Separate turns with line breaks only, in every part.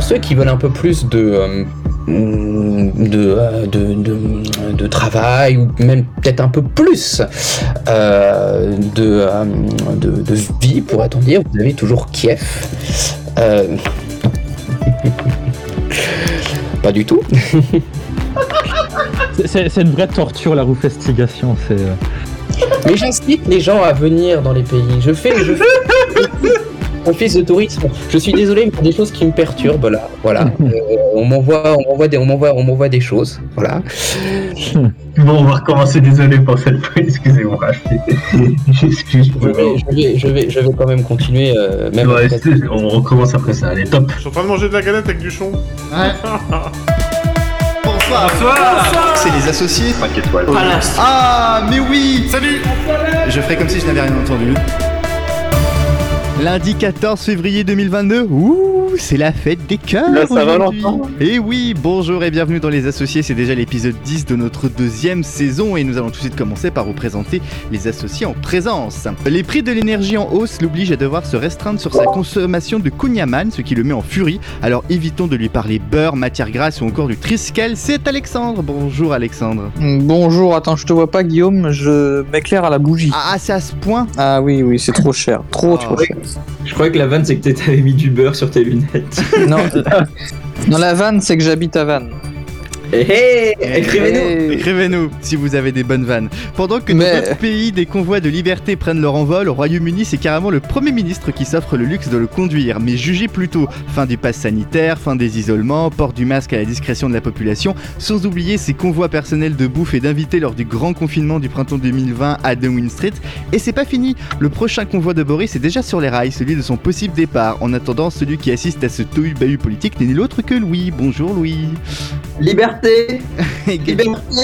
ceux qui veulent un peu plus de euh, de, euh, de, de- de travail ou même peut-être un peu plus euh, de, euh, de, de vie, pourrait-on dire, vous avez toujours Kiev. Euh, Pas du tout.
C'est- C'est c'est une vraie torture la roofestigation, c'est. euh,
Mais j'incite les gens à venir dans les pays. Je fais, je fais office de tourisme. Je suis désolé, mais il y a des choses qui me perturbent là. Voilà. Euh, on m'envoie, on m'envoie des, on m'envoie, on m'envoie des choses. Voilà.
Bon, on va recommencer. Désolé pour cette fois. Excusez-moi.
Je
Excuse-moi.
vais, je vais, je vais, je vais quand même continuer. euh, même
Ouais,
après-
c'est- on recommence après ça. Allez, top.
Je suis en train de manger de la galette avec du chon.
Ouais. Bonsoir. C'est les associés. Oh
5 étoiles.
Ah, mais oui
Salut
Je ferai comme si je n'avais rien entendu. Lundi 14 février 2022, ouh, c'est la fête des cœurs
La Saint-Valentin.
aujourd'hui. Et oui, bonjour et bienvenue dans Les Associés, c'est déjà l'épisode 10 de notre deuxième saison et nous allons tout de suite commencer par vous présenter les associés en présence. Les prix de l'énergie en hausse l'obligent à devoir se restreindre sur sa consommation de kunyaman, ce qui le met en furie, alors évitons de lui parler beurre, matière grasse ou encore du triskel, c'est Alexandre Bonjour Alexandre
Bonjour, attends, je te vois pas, Guillaume, je m'éclaire à la bougie.
Ah, c'est à ce point
Ah oui, oui, c'est trop cher. Trop,
Ah,
trop
oui.
cher.
Je croyais que la vanne, c'est que t'avais mis du beurre sur tes lunettes.
Non, dans la vanne, c'est que j'habite à Vannes.
Hé hé Écrivez-nous
Hey.
Écrivez-nous si vous avez des bonnes vannes. Pendant que
Mais-
dans d'autres pays, des convois de liberté prennent leur envol, au Royaume-Uni, c'est carrément le Premier ministre qui s'offre le luxe de le conduire. Mais jugez plutôt fin du pass sanitaire, fin des isolements, port du masque à la discrétion de la population, sans oublier ces convois personnels de bouffe et d'invités lors du grand confinement du printemps 2020 à Downing Street. Et c'est pas fini, le prochain convoi de Boris est déjà sur les rails, celui de son possible départ. En attendant, celui qui assiste à ce tohu-bahu politique n'est nul autre que Louis. Bonjour Louis.
Liberté
Également-
Liberté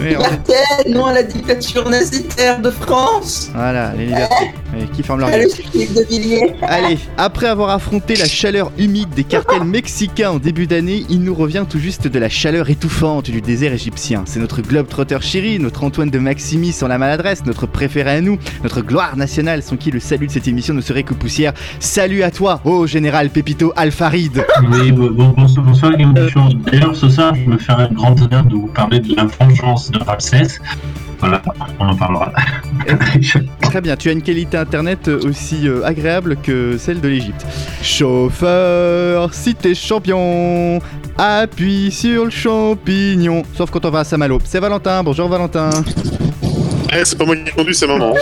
Ouais, on-
Liberté Non à la dictature nazitaire de France
Voilà, les libertés. Allez, qui ferme leur gueule.
Allez, Philippe de Villiers
Allez, après avoir affronté la chaleur humide des cartels mexicains en début d'année, il nous revient tout juste de la chaleur étouffante du désert égyptien. C'est notre globe trotteur chéri, notre Antoine de Maximis sans la maladresse, notre préféré à nous, notre gloire nationale sans qui le salut de cette émission ne serait que poussière. Salut à toi, oh général Pépito Alfaride
Oui, bon, bon- bonsoir, bonsoir Guillaume Duchamp. D'ailleurs, ce soir, je me ferai le grand honneur de vous parler de la vengeance de Ramsès. Voilà, on en parlera.
Très bien, tu as une qualité internet aussi euh, agréable que celle de l'Égypte. Chauffeur, si t'es champion, appuie sur le champignon. Sauf quand on va à Saint-Malo. C'est Valentin, bonjour Valentin.
Eh, c'est pas moi qui conduis, c'est maman.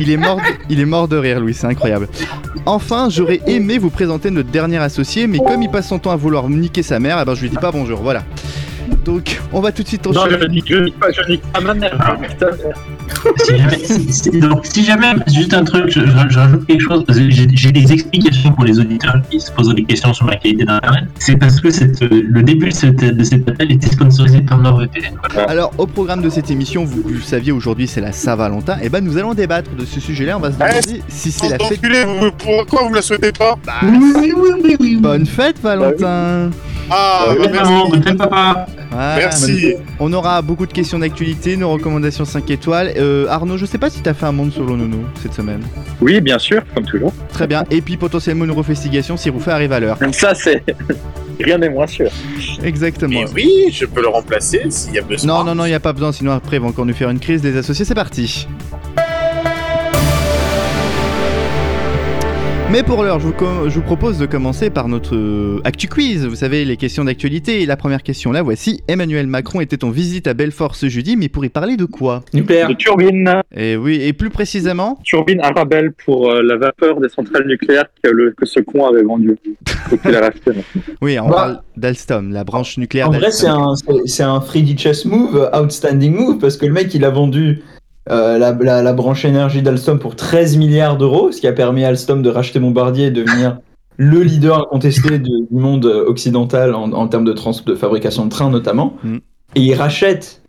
Il est mort, de, il est mort de rire, Louis, c'est incroyable. Enfin, j'aurais aimé vous présenter notre dernier associé, mais comme il passe son temps à vouloir niquer sa mère, eh ben, je lui dis pas bonjour, voilà. Donc, on va tout de suite enchaîner.
dis je dis pas, je dis pas ma mère. Si jamais, si- si- donc, si jamais, juste un truc, je, je- je rajoute quelque chose, parce que j'ai j'ai des explications pour les auditeurs qui se posent des questions sur la qualité d'Internet. C'est parce que cette- euh, le début de cet, de cet appel était sponsorisé par NordVPN. Voilà.
Alors, au programme de cette émission, vous, vous le saviez, aujourd'hui c'est la Saint-Valentin, et ben nous allons débattre de ce sujet-là. On va se demander si c'est la fête.
Enculé, vous- pourquoi vous me la souhaitez pas
Bah,
oui, oui, oui, oui.
bonne fête,
Bah
Valentin!
Ah, bah,
Bonne fête,
merci.
maman, bonne fête, papa.
Ah, bah,
Voilà.
Merci.
On aura beaucoup de questions d'actualité, nos recommandations 5 étoiles. Euh, Arnaud, je sais pas si t'as fait un monde solo nono cette semaine.
Oui, bien sûr, comme toujours.
Très bien, et puis potentiellement une refestigation si Rouffet arrive à l'heure.
Ça, c'est. Rien n'est moins sûr.
Exactement.
Mais oui, je peux le remplacer s'il y a besoin.
Non, non, non, il n'y a pas besoin, sinon après ils vont encore nous faire une crise. Les associés, c'est parti. Mais pour l'heure, je, vous com- je vous propose de commencer par notre euh, actu quiz. Vous savez, les questions d'actualité. Et la première question, la voici. Emmanuel Macron était en visite à Belfort ce jeudi, mais pour y parler de quoi
Nucléaire
De turbine,
Et oui, et plus précisément,
turbine Arabelle pour euh, la vapeur des centrales nucléaires que, le- que ce con avait vendu. Faut qu'il la rachète.
oui, on
Bah.
parle d'Alstom, la branche nucléaire
En vrai, c'est
d'Alstom.
un, c'est- c'est un Freddy Chess move, outstanding move, parce que le mec, il a vendu euh, la, la- la branche énergie d'Alstom pour 13 milliards d'euros, ce qui a permis à Alstom de racheter Bombardier et devenir le leader incontesté du, du monde occidental en, en termes de, trans, de fabrication de trains, notamment.
Mm.
Et il rachète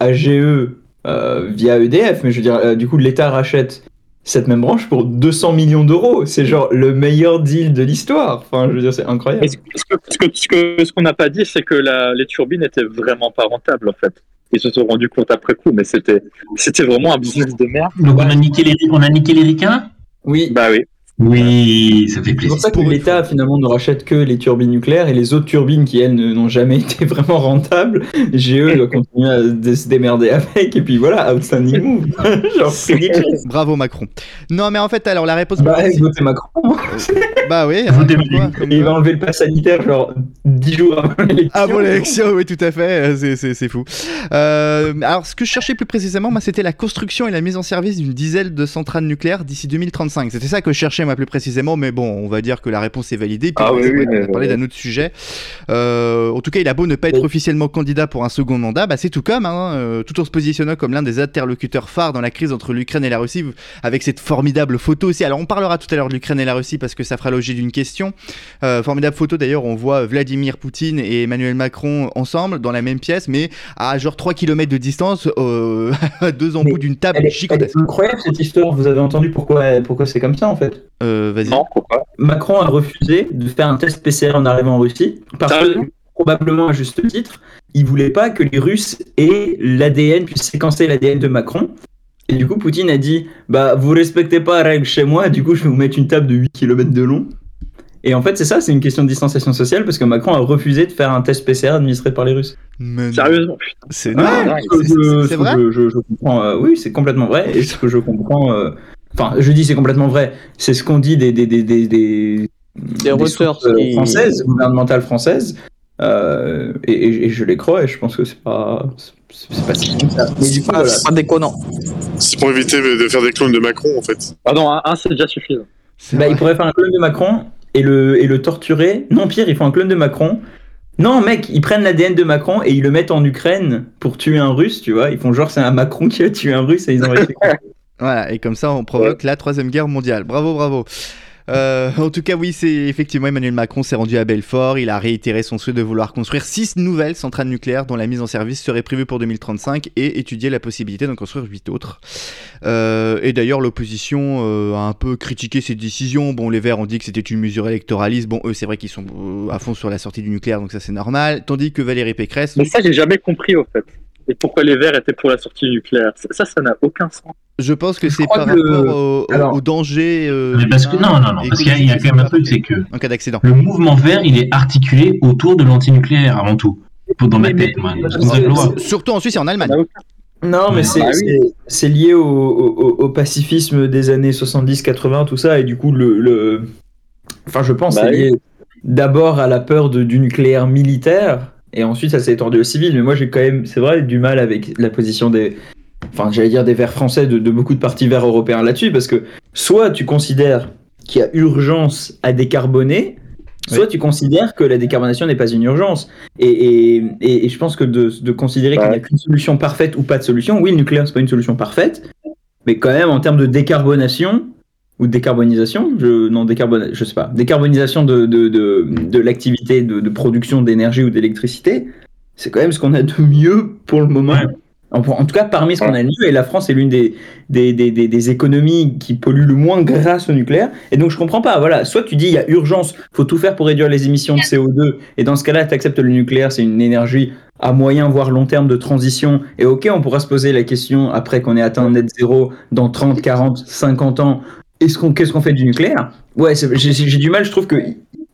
à GE euh, via EDF, mais je veux dire, euh, du coup, l'État rachète cette même branche pour 200 millions d'euros. C'est genre le meilleur deal de l'histoire. Enfin, je veux dire, c'est incroyable.
Mais Ce ce que- ce que- ce que- ce qu'on n'a pas dit, c'est que la- les turbines étaient vraiment pas rentables, en fait. Ils se sont rendus compte après coup, mais c'était c'était vraiment un business de merde.
Donc, on a niqué les, on a niqué les ricains
Oui,
Bah oui.
Oui, ça fait
C'est
plaisir.
pour ça que l'État finalement ne rachète que les turbines nucléaires et les autres turbines qui elles ne- n'ont jamais été vraiment rentables, GE doit continuer à dé- se démerder avec et puis voilà, outstanding move. Genre, c'est quelque chose.
Bravo Macron. Non, mais en fait, alors la réponse.
Bah, ouais, votez Macron.
bah oui. hein,
Votez
comme quoi.
Macron. Et il va enlever le pass sanitaire genre 10 jours avant l'élection.
Ah bon l'élection, oui tout à fait, euh, c'est- c'est c'est fou. Euh, alors ce que je cherchais plus précisément, moi, c'était la construction et la mise en service d'une dizaine de centrales nucléaires d'ici 2035. C'était ça que je cherchais moi plus précisément, mais bon, on va dire que la réponse est validée. Puis
Ah
on va
oui, oui,
parler-
mais
parler
ouais.
d'un autre sujet. Euh, en tout cas, il a beau ne pas être officiellement candidat pour un second mandat, bah, c'est tout comme, hein, euh, tout en se positionnant comme l'un des interlocuteurs phares dans la crise entre l'Ukraine et la Russie, avec cette formidable photo aussi. Alors on parlera tout à l'heure de l'Ukraine et la Russie parce que ça fera l'objet d'une question. Euh, formidable photo d'ailleurs, on voit Vladimir Poutine et Emmanuel Macron ensemble dans la même pièce, mais à genre 3 km de distance, euh, à deux embouts d'une table
Elle est, elle
gigantesque.
est incroyable cette histoire, vous avez entendu pourquoi, pourquoi c'est comme ça en fait
Euh, Vas-y.
Non, pourquoi
Macron a refusé de faire un test PCR en arrivant en Russie parce
T'as
que, probablement à juste titre, il voulait pas que les Russes aient l'ADN, puissent séquencer l'ADN de Macron. Et du coup, Poutine a dit Bah, vous respectez pas la règle chez moi, du coup, je vais vous mettre une table de 8 km de long. Et en fait, c'est ça, c'est une question de distanciation sociale parce que Macron a refusé de faire un test PCR administré par les Russes.
Mais non.
Sérieusement, putain.
C'est
Ouais,
non,
ce que
c'est-
je-
c'est-
ce
c'est
que
vrai
je- je- je comprends, euh, oui, c'est complètement vrai. Et ce que je comprends, euh, enfin, je dis c'est complètement vrai, c'est ce qu'on dit des des des des des, des
Reuters
sources, euh,
qui-
françaises, gouvernementales françaises. euh, et, et- et je les crois. Et je pense que c'est pas c'est c'est pas si bon que ça. Mais du coup,
Ah,
voilà.
c'est pas déconnant.
C'est pour éviter de faire des clones de Macron, en fait.
Pardon, un, un, c'est déjà suffisant.
c'est
Bah,
vrai.
ils pourraient faire un clone de Macron et le et le torturer. Non, pire, ils font un clone de Macron. Non, mec, ils prennent l'ADN de Macron et ils le mettent en Ukraine pour tuer un Russe, tu vois. Ils font genre c'est un Macron qui a tué un Russe et ils envoient.
Voilà, et comme ça, on provoque la Troisième Guerre mondiale. Bravo, bravo. Euh, en tout cas, oui, c'est effectivement Emmanuel Macron s'est rendu à Belfort. Il a réitéré son souhait de vouloir construire six nouvelles centrales nucléaires dont la mise en service serait prévue pour 2035 et étudier la possibilité d'en construire huit autres. Euh, et d'ailleurs, l'opposition euh, a un peu critiqué cette décision. Bon, les Verts ont dit que c'était une mesure électoraliste. Bon, eux, c'est vrai qu'ils sont euh, à fond sur la sortie du nucléaire, donc ça c'est normal. Tandis que Valérie Pécresse,
Mais ça, j'ai jamais compris, au fait. Et pourquoi les verts étaient pour la sortie nucléaire Ça, ça, ça n'a aucun sens.
je pense que c'est
crois
par
que-
rapport au, au-
Alors-
au danger. euh,
Mais parce que non, non, non,
et
parce qu'il y a- il y a quand même un truc, c'est que
en cas d'accident.
le mouvement vert, il est articulé autour de l'antinucléaire avant tout. Pour dans ma tête, moi, dans cette loi.
Surtout en Suisse et en Allemagne.
Ah
Ça
bah
n'a aucun-
Non, mais
Ouais.
c'est
Bah
c'est- c'est lié au, au- au- au pacifisme des années 70-80, tout ça, et du coup, le. le- Enfin, je pense,
Bah
c'est lié d'abord à la peur de- du nucléaire militaire, et ensuite, ça s'est étendu au civil. Mais moi, j'ai quand même, c'est vrai, du mal avec la position des. Enfin, j'allais dire des verts français, de, de beaucoup de partis verts européens là-dessus, parce que soit tu considères qu'il y a urgence à décarboner, soit tu considères que la décarbonation n'est pas une urgence. Et, et- et- et je pense que de, de considérer qu'il n'y a qu'une solution parfaite ou pas de solution, oui, le nucléaire, c'est pas une solution parfaite, mais quand même, en termes de décarbonation ou de décarbonisation, je, non, décarbona- je sais pas, décarbonisation de, de, de, de l'activité de, de production d'énergie ou d'électricité, c'est quand même ce qu'on a de mieux pour le moment.
Ouais.
En, en tout cas, parmi ce qu'on a de mieux, et la France est l'une des, des, des, des, des économies qui polluent le moins grâce au nucléaire. Et donc, je comprends pas. Voilà, soit tu dis il y a urgence, faut tout faire pour réduire les émissions de CO2, et dans ce cas-là, tu acceptes le nucléaire, c'est une énergie à moyen voire long terme de transition. Et ok, on pourra se poser la question après qu'on ait atteint net zéro dans 30, 40, 50 ans. Est-ce qu'on, qu'est-ce qu'on fait du nucléaire Ouais, c'est- j'ai, j'ai du mal. Je trouve que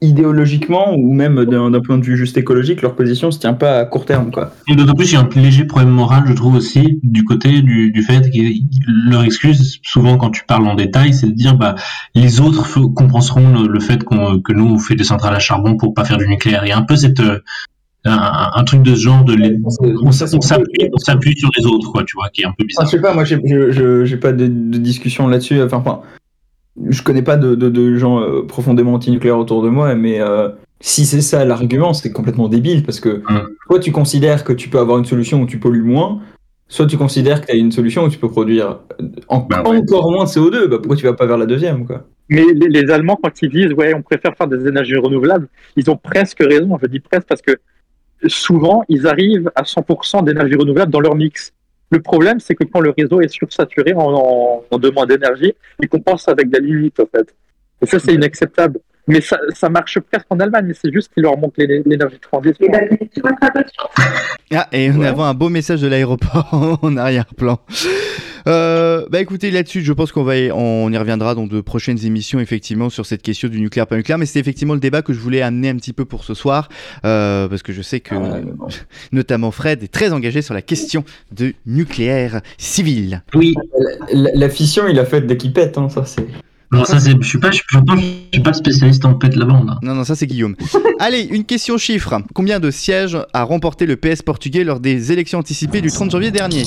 idéologiquement ou même d'un, d'un point de vue juste écologique, leur position se tient pas à court terme, quoi.
Et d'autant plus, il y a un léger problème moral, je trouve aussi, du côté du, du fait que leur excuse, souvent quand tu parles en détail, c'est de dire bah les autres f- compenseront le, le fait qu'on, que nous on fait des centrales à charbon pour pas faire du nucléaire. Il y a un peu cette euh, un, un truc de ce genre de les- on s- on s'appuie on s'appuie sur les autres quoi, tu vois, qui est un peu bizarre.
Enfin, Ah, je sais pas, moi j'ai- je- je- j'ai pas de, de discussion là-dessus. Enfin, enfin, je connais pas de, de- de gens euh, profondément anti-nucléaires autour de moi, mais euh, si c'est ça l'argument, c'est complètement débile parce que
Mm.
soit tu considères que tu peux avoir une solution où tu pollues moins, soit tu considères que tu as une solution où tu peux produire euh, en-
Bah ouais.
encore moins de CO2, bah pourquoi tu vas pas vers la deuxième quoi
Mais les, les Allemands, quand ils disent, ouais, on préfère faire des énergies renouvelables, ils ont presque raison. Je dis presque parce que souvent, ils arrivent à 100% d'énergie renouvelable dans leur mix. Le problème, c'est que quand le réseau est sursaturé en, en, en demande d'énergie, ils compensent avec des limites, en fait. Et ça, c'est inacceptable. Mais ça, ça marche presque en Allemagne, mais c'est juste qu'il leur manque l'é- l'énergie de transition.
Ah, et on a un beau message de l'aéroport en arrière-plan. Euh, bah écoutez, là-dessus, je pense qu'on va y, on y reviendra dans de prochaines émissions, effectivement, sur cette question du nucléaire pas nucléaire. Mais c'est effectivement le débat que je voulais amener un petit peu pour ce soir, euh, parce que je sais
Ah
que notamment Fred est très engagé sur la question du nucléaire civil.
Oui. La, la fission, il a fait dès qu'il pète, hein, ça c'est.
Non, ça, c'est- je suis pas, je suis pas, je suis pas spécialiste en pète là-bas. Là.
Non, non, ça c'est Guillaume. Allez, une question chiffre. Combien de sièges a remporté le PS portugais lors des élections anticipées du 30 janvier dernier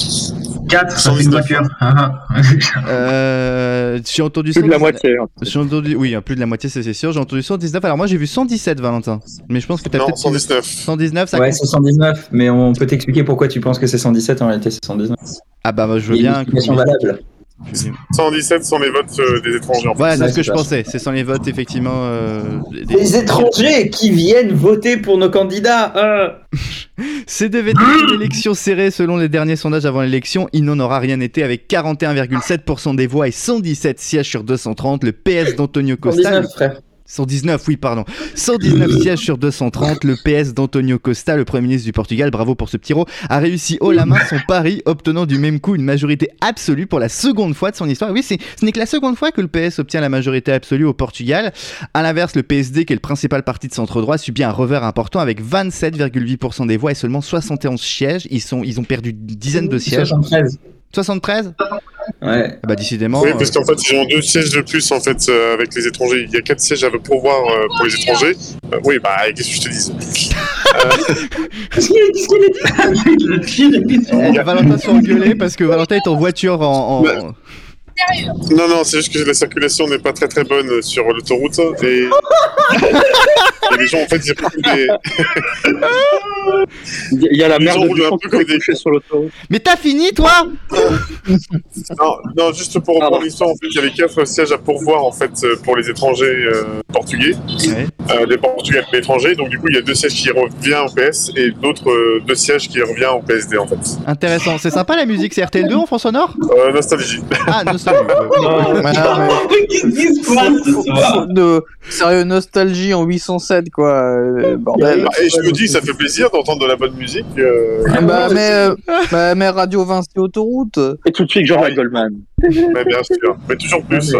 4, ça fait une voiture. Ah, ah.
Euh, j'ai entendu
Plus de la
119.
moitié, hein.
J'ai entendu, oui, hein, plus de la moitié, ça, c'est sûr. J'ai entendu 119. Alors moi, j'ai vu 117, Valentin. Mais je pense que t'as peut-être.
119.
119, ça
Ouais,
compte.
c'est 119, mais on peut t'expliquer pourquoi tu penses que c'est 117 en réalité c'est 119.
Ah bah, je
veux
bien
Une explication
que-
valable.
117 sont les votes euh, des étrangers. en fait.
Voilà, c'est ce que je pensais. C'est sans les votes, effectivement. euh, des-
Les étrangers qui viennent voter pour nos candidats. hein.
C'est devait être une élection serrée selon les derniers sondages avant l'élection. Il n'en aura rien été avec 41,7% des voix et 117 sièges sur 230. Le PS d'Antonio Costa.
119, frère.
119, oui, pardon.
Euh.
119 sièges sur 230. Le PS d'Antonio Costa, le Premier ministre du Portugal, bravo pour ce petit rot, a réussi haut la main son pari, obtenant du même coup une majorité absolue pour la seconde fois de son histoire. Oui, c'est- ce n'est que la seconde fois que le PS obtient la majorité absolue au Portugal. À l'inverse, le PSD, qui est le principal parti de centre-droit, subit un revers important avec 27,8% des voix et seulement 71 sièges. Ils, sont, ils ont perdu une dizaine de sièges.
73.
73
Ouais.
Bah, décidément.
Oui,
euh,
parce qu'en fait, ils ont deux sièges de plus en fait euh, avec les étrangers. Il y a quatre sièges à pourvoir euh, pour les étrangers. Euh, oui, bah qu'est-ce que je te dis
Qu'est-ce qu'il a dit Qu'est-ce qu'il a dit
euh, Valentin sont engueulés parce que Valentin est en voiture en- en- en...
Non, non, c'est juste que la circulation n'est pas très très bonne sur l'autoroute et Il y a des gens en fait, ils roulent des-
Il y a la
Les
merde
gens
du
roulent un
temps
peu
qui est
comme des-
couchée sur l'autoroute.
Mais t'as fini, toi
non, non, juste pour reprendre l'histoire, en fait, il y avait quatre sièges à pourvoir en fait euh, pour les étrangers euh, portugais, euh, des Portugais étrangers. Donc du coup, il y a deux sièges qui revient au PS et d'autres euh, deux sièges qui revient au PSD en fait.
Intéressant, c'est sympa la musique, c'est RTL2 en France Sonore
Euh, nostalgie.
Ah, non, c'est- Ouais,
Ah,
ouais.
de sérieux nostalgie en 807 quoi euh, bordel
Et je me dis, ça fait plaisir d'entendre de la bonne musique. euh.
bah mais, euh, bah, mais Radio Vinci Autoroute
Et tout de suite, Jean-Marc Goldman.
Mais bien sûr, mais toujours plus.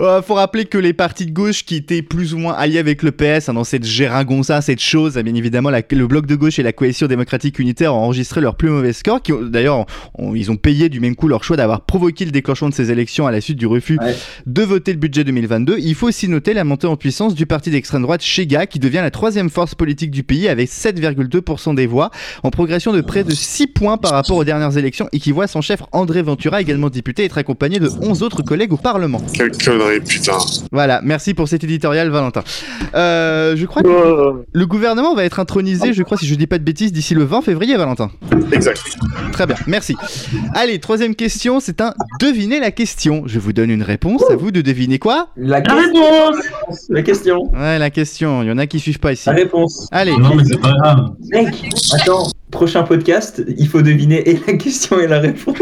Euh, faut rappeler que les partis de gauche qui étaient plus ou moins alliés avec le PS hein, dans cette géringonça, cette chose, hein, bien évidemment, la- le bloc de gauche et la coalition démocratique unitaire ont enregistré leur plus mauvais score. Qui, ont- d'ailleurs, ont- ils ont payé du même coup leur choix d'avoir provoqué le déclenchement de ces élections à la suite du refus de voter le budget 2022. Il faut aussi noter la montée en puissance du parti d'extrême droite Chega, qui devient la troisième force politique du pays avec 7,2% des voix, en progression de près de 6 points par rapport aux dernières élections, et qui voit son chef André Ventura, également député, être accompagné de 11 autres collègues au Parlement.
Quelle connerie, putain.
Voilà, merci pour cet éditorial, Valentin. Euh, je crois que le gouvernement va être intronisé, je crois, si je dis pas de bêtises, d'ici le 20 février, Valentin.
Exact.
Très bien, merci. Allez, troisième question, c'est un devinez la question. Je vous donne une réponse, à vous de deviner quoi
La réponse La question
Ouais, la question, il y en a qui suivent pas ici. La
réponse.
Allez.
Non, mais c'est
pas grave.
Mec, attends, prochain podcast, il faut deviner et la question et la réponse.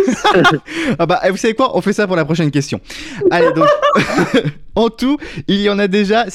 ah bah, eh, vous savez quoi On fait ça pour la prochaine question. Allez, donc, en tout, il y en a déjà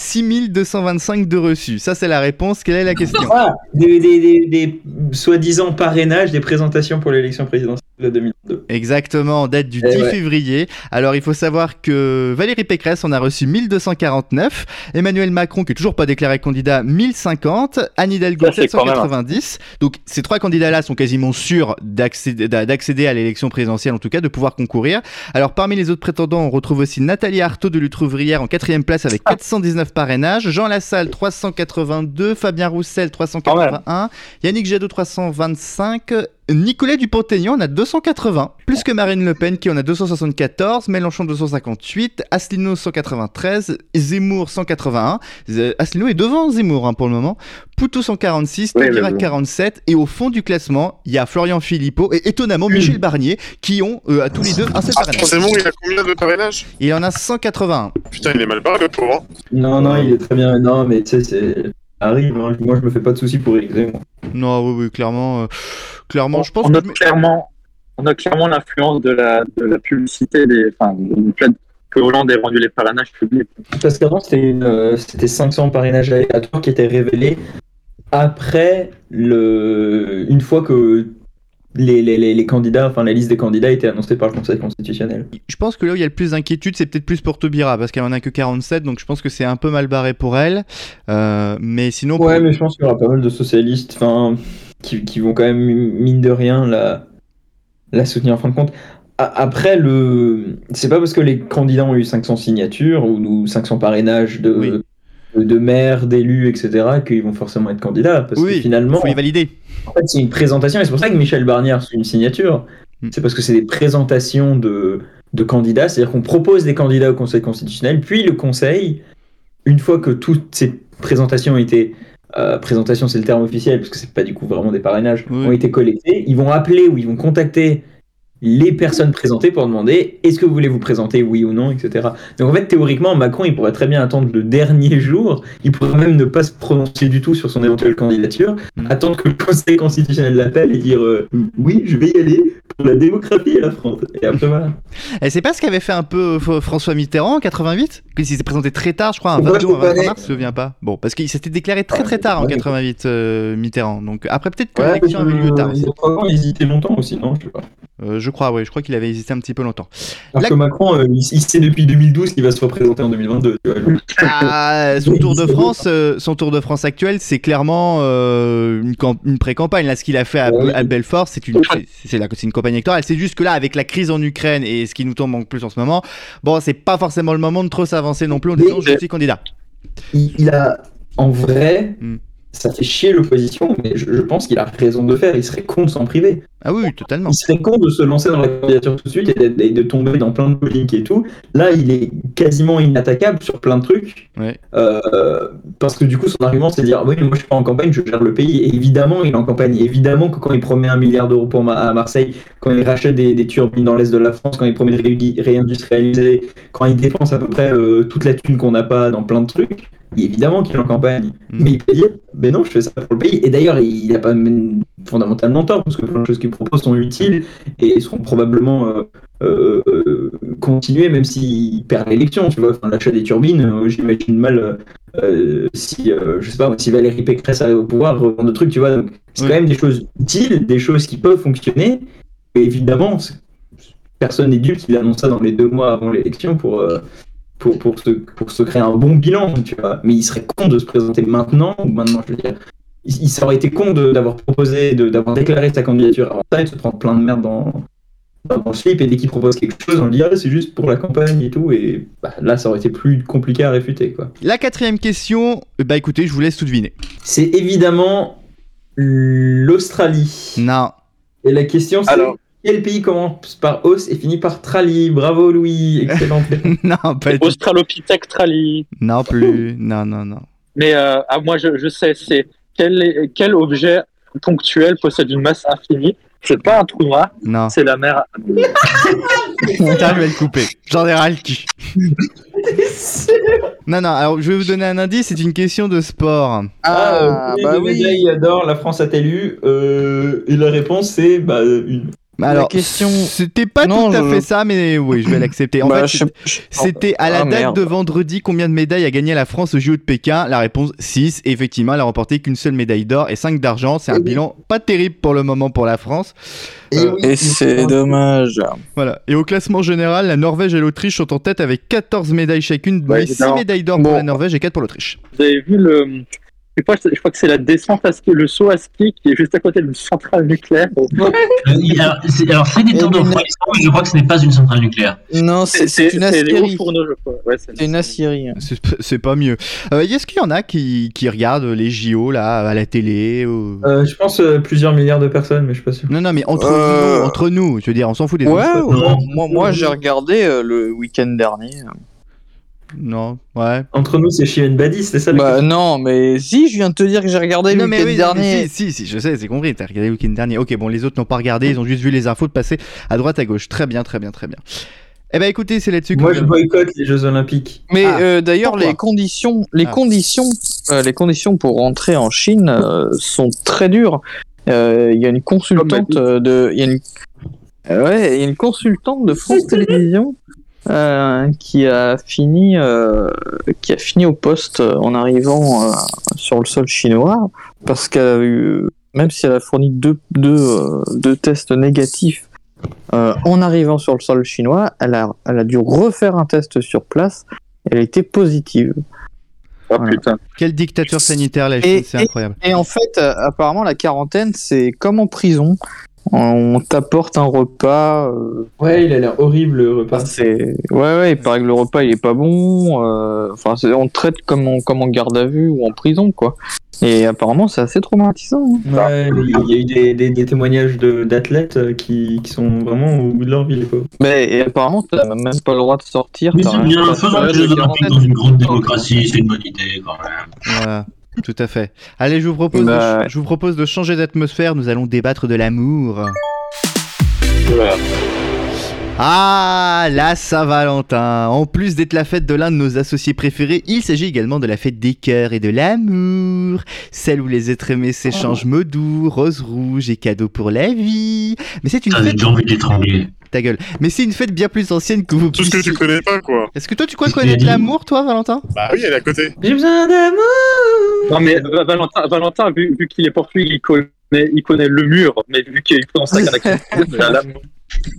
6225 de reçus. Ça, c'est la réponse. Quelle est la question
Ah, des, des- des- des soi-disant parrainages des présentations pour l'élection présidentielle de 2002.
Exactement, en date du
Eh
10
ouais.
février. Alors il faut savoir que Valérie Pécresse en a reçu 1249, Emmanuel Macron qui est toujours pas déclaré candidat 1050, Anne Hidalgo
Ça, c'est quand même, hein.
790. Donc ces trois candidats-là sont quasiment sûrs d'accéder d'a- d'accéder à l'élection présidentielle, en tout cas de pouvoir concourir. Alors parmi les autres prétendants, on retrouve aussi Nathalie Arthaud de Lutte Ouvrière en quatrième place avec
Ah.
419 parrainages, Jean Lassalle 382, Fabien Roussel 381, Yannick Jadot 325, Nicolas Dupont-Aignan en a 280, plus que Marine Le Pen qui en a 274, Mélenchon 258, Asselineau 193, Zemmour 181. Z- Asselineau est devant Zemmour hein, pour le moment. Poutou 146,
Oui,
Taubira
mais bon.
47 et au fond du classement, il y a Florian Philippot et étonnamment Michel Barnier qui ont euh, à tous les deux un
Ah,
seul parrainage.
C'est bon, il a combien de parrainages
Il en a 181.
Putain, il est mal barré le pauvre. hein.
Non, non, il est très bien. Non, mais tu sais, c'est. Arrive, hein. moi je me fais pas de soucis pour écrire. moi.
Non, oui, oui, clairement, euh, clairement, je pense
on
que
a clairement, on a clairement l'influence de la, de la publicité des, enfin, de plein de que Hollande ait rendu les parrainages publics.
Parce qu'avant, c'était une, euh, c'était 500 parrainages aléatoires qui étaient révélés après le. Une fois que les, les- les- les candidats, enfin la liste des candidats était annoncée par le Conseil constitutionnel.
Je pense que là où il y a le plus d'inquiétude, c'est peut-être plus pour Tobira, parce qu'elle en a que 47, donc je pense que c'est un peu mal barré pour elle. Euh, mais sinon.
Ouais, mais je pense qu'il y aura pas mal de socialistes enfin, qui, qui vont quand même, mine de rien, la, la soutenir en fin de compte. A- Après, le... c'est pas parce que les candidats ont eu 500 signatures ou, ou 500 parrainages de, de, de maires, d'élus, etc., qu'ils vont forcément être candidats. Parce que finalement.
faut les valider.
En fait, c'est une présentation, et c'est pour ça que Michel Barnier a reçu une signature. C'est parce que c'est des présentations de, de candidats, c'est-à-dire qu'on propose des candidats au Conseil constitutionnel, puis le Conseil, une fois que toutes ces présentations ont été. euh, présentation, c'est le terme officiel, parce que c'est pas du coup vraiment des parrainages, ont été collectés, ils vont appeler ou ils vont contacter les personnes présentées pour demander est-ce que vous voulez vous présenter, oui ou non, etc. Donc en fait, théoriquement, Macron, il pourrait très bien attendre le dernier jour, il pourrait même ne pas se prononcer du tout sur son éventuelle candidature, attendre que le Conseil constitutionnel l'appelle et dire euh, oui, je vais y aller pour la démocratie et la France. Et après, voilà.
Et c'est pas ce qu'avait fait un peu euh, François Mitterrand en 88 Parce qu'il s'est présenté très tard, je crois, un
Moi,
22
je
ou un 23
connais.
mars, je me souviens pas. Bon, parce qu'il s'était déclaré très très tard en 88, euh, Mitterrand. Donc après, peut-être que
Ouais, euh,
l'élection
mais
avait lieu tard.
ils ont probablement hésité longtemps aussi, non Je sais pas.
Euh, je crois, oui, je crois qu'il avait hésité un petit peu longtemps.
Alors que Macron, euh, il, il sait depuis 2012 qu'il va se représenter en 2022. tu vois.
Ah, son Tour de France, euh, son Tour de France actuel, c'est clairement euh, une, camp- une pré-campagne. Là, ce qu'il a fait à, à Belfort, c'est une, c'est- c'est la- c'est une campagne électorale. C'est juste que là, avec la crise en Ukraine et ce qui nous tombe en plus en ce moment, bon, c'est pas forcément le moment de trop s'avancer non plus en disant je suis candidat.
il, il a, en vrai, ça fait chier l'opposition, mais je, je pense qu'il a raison de le faire. Il serait con de s'en priver.
Ah oui, totalement.
Il serait con de se lancer dans la candidature tout de suite et d'être- et de, tomber dans plein de polémiques et tout. Là, il est quasiment inattaquable sur plein de trucs.
Ouais.
Euh, parce que du coup, son argument, c'est de dire oui, mais moi je suis pas en campagne, je gère le pays. Et évidemment, il est en campagne. Et évidemment que quand il promet un milliard d'euros pour Ma- à Marseille, quand il rachète des, des turbines dans l'est de la France, quand il promet de réu- réindustrialiser, quand il dépense à peu près euh, toute la thune qu'on n'a pas dans plein de trucs, évidemment qu'il est en campagne. Mais il peut dire mais non, je fais ça pour le pays. Et d'ailleurs, il n'a pas même fondamentalement tort, parce que plein de choses qu'il propose sont utiles et seront probablement. euh, euh, euh, continuer même s'il perd l'élection tu vois enfin, l'achat des turbines euh, j'imagine mal euh, euh, si euh, je sais pas moi, si Valérie Pécresse arrive au pouvoir revendre le truc tu vois donc c'est quand même des choses utiles des choses qui peuvent fonctionner mais évidemment c'est- personne n'est dupe qu'il annonce ça dans les deux mois avant l'élection pour euh, pour, pour, se, pour se créer un bon bilan, tu vois. Mais il serait con de se présenter maintenant, ou maintenant, je veux dire. Il, il- ça aurait été con de- d'avoir proposé, de- d'avoir déclaré sa candidature avant ça et de se prendre plein de merde dans, dans le slip. Et dès qu'il propose quelque chose, on lui dit, ah, c'est juste pour la campagne et tout. Et bah, là, ça aurait été plus compliqué à réfuter, quoi.
La quatrième question, euh, bah écoutez, je vous laisse tout deviner.
C'est évidemment l'Australie.
Non.
Et la question, c'est quel pays commence par os et finit par trali Bravo, Louis. Excellent.
non, pas
Australopithèque Trali.
Non plus, non, non, non.
Mais euh, ah, moi, je, je sais, c'est quel, quel objet ponctuel possède une masse infinie C'est pas un trou noir,
Non.
c'est la mer.
Putain, je vais le couper. J'en ai ras le cul. Non, non, alors je vais vous donner un indice, c'est une question de sport.
euh,
Ah, bah oui. il adore, la France a-t-elle eu Euh, Et la réponse, c'est bah, une.
Bah Alors, c'était pas
Non,
tout à
je-
fait ça, mais oui, je vais l'accepter. En fait,
Bah, je sais-
c'est- c'était à la
Ah,
date
merde.
de vendredi, combien de médailles a gagné la France au JO de Pékin La réponse 6. Et effectivement, elle a remporté qu'une seule médaille d'or et 5 d'argent. C'est un bilan pas terrible pour le moment pour la France. Euh,
Et c'est dommage.
Voilà. Et au classement général, la Norvège et l'Autriche sont en tête avec 14 médailles chacune,
Ouais,
mais 6
évidemment.
médailles d'or pour la Norvège et 4 pour l'Autriche.
Vous avez vu le. Je, sais pas, je crois que c'est la descente à ski, le saut à ski qui est juste à côté d'une centrale nucléaire.
Alors, c'est- alors, faites des tours de horizon, mais je crois que ce n'est pas une centrale nucléaire.
Non,
c'est c'est une aciérie. C'est
une aciérie.
C'est p- C'est pas mieux. Euh, Est-ce qu'il y en a qui, qui regardent les JO là, à la télé ou-
Euh, je pense euh, plusieurs milliards de personnes, mais je suis pas sûr.
Non, non, mais entre, nous, entre nous, je veux dire, on s'en fout des
Euh. Ouais,
autres.
ouais, moi, moi j'ai regardé euh, le week-end dernier.
Non, ouais.
Entre nous, c'est Chien Badi, c'est ça
Bah non, mais si, je viens de te dire que j'ai regardé
Non,
le
mais
week-end
oui, non, mais
dernier.
si, si, si, je sais, c'est compris. T'as regardé le week-end dernier. Ok, bon, les autres n'ont pas regardé, ils ont juste vu les infos de passer à droite, à gauche. Très bien, très bien, très bien. Eh ben, écoutez, c'est là-dessus que.
Moi, je boycotte les Jeux Olympiques.
Mais euh, d'ailleurs, les conditions, les
Ah.
conditions, euh, les conditions pour rentrer en Chine euh, sont très dures. Euh, Il y a une consultante euh, de, il y a une, Euh, ouais, il y a une consultante de France Télévisions euh, qui a fini euh, qui a fini au poste euh, en arrivant euh, sur le sol chinois parce qu'elle a eu même si elle a fourni deux deux, euh, deux tests négatifs euh, en arrivant sur le sol chinois, elle a elle a dû refaire un test sur place. Elle était positive.
Oh putain.
Quelle dictature sanitaire la Chine,
Et-
c'est incroyable.
Et en fait, euh, apparemment, la quarantaine, c'est comme en prison. On t'apporte un repas. euh,
Ouais, il a l'air horrible le repas.
C'est ouais, ouais. Il paraît que le repas il est pas bon. euh, Enfin, c'est- on te traite comme en, comme en garde à vue ou en prison, quoi. Et apparemment, c'est assez traumatisant. hein.
Ouais, il y a eu des, des- des témoignages de- d'athlètes euh, qui, qui sont vraiment au bout de leur vie, quoi.
Mais et apparemment, t'as même pas le droit de sortir.
Mais
t'as
c'est
rien-
bien,
t'as-
faisons
t'as
les
l'âge
Jeux
de
Olympiques
40.
dans une grande
démocratie, c'est une bonne idée quand même.
Voilà, tout à fait. Allez, je vous propose,
Bah,
de, je vous propose de changer d'atmosphère. Nous allons débattre de l'amour. Ah, la Saint-Valentin En plus d'être la fête de l'un de nos associés préférés, il s'agit également de la fête des cœurs et de l'amour. Celle où les êtres aimés s'échangent mots doux, roses rouges et cadeaux pour la vie. Mais c'est une
Ah,
Putain, j'ai
fête...
déjà envie de l'étrangler.
Ta gueule. Mais c'est une fête bien plus ancienne que vous
Tout ce que
puissiez-
tu connais pas, quoi.
Est-ce que toi, tu crois
Je t'ai
connaître
dit.
l'amour, toi, Valentin
Bah oui, elle est à côté.
J'ai besoin d'amour
Non mais Va- Valentin, Valentin vu, vu qu'il est portugais, il connaît, il connaît le mur, mais vu qu'il prononce avec un accent, portugais, il a la-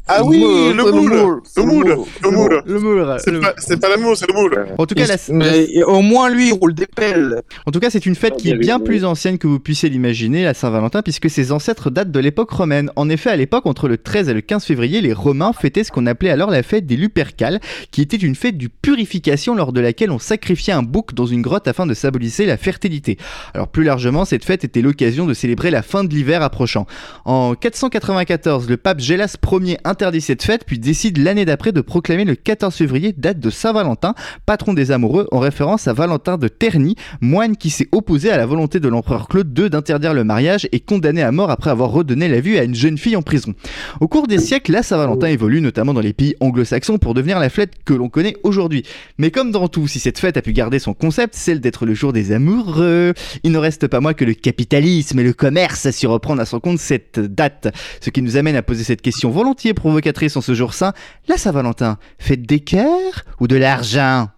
Ah oui,
moule,
le
c'est le
moule
moule,
Le moule Le moule
Le moule
C'est pas- C'est pas l'amour, c'est le moule
En tout cas, la-
Mais au moins lui, il roule des pelles.
En tout cas, c'est une fête qui est Ah, bien plus ancienne que vous puissiez l'imaginer, la Saint-Valentin, puisque ses ancêtres datent de l'époque romaine. En effet, à l'époque, entre le 13 et le 15 février, les Romains fêtaient ce qu'on appelait alors la fête des Lupercales, qui était une fête du purification lors de laquelle on sacrifiait un bouc dans une grotte afin de symboliser la fertilité. Alors plus largement, cette fête était l'occasion de célébrer la fin de l'hiver approchant. En 494, le pape Gélas Ier interdit cette fête, puis décide l'année d'après de proclamer le 14 février date de Saint-Valentin, patron des amoureux, en référence à Valentin de Terni, moine qui s'est opposé à la volonté de l'empereur Claude II d'interdire le mariage et condamné à mort après avoir redonné la vue à une jeune fille en prison. Au cours des siècles, la Saint-Valentin évolue notamment dans les pays anglo-saxons pour devenir la fête que l'on connaît aujourd'hui. Mais comme dans tout, si cette fête a pu garder son concept, celle d'être le jour des amoureux, il ne reste pas moins que le capitalisme et le commerce à s'y reprendre à son compte cette date. Ce qui nous amène à poser cette question volontiers provocatrice en ce jour saint. La Saint-Valentin, fête des cœurs ou de l'argent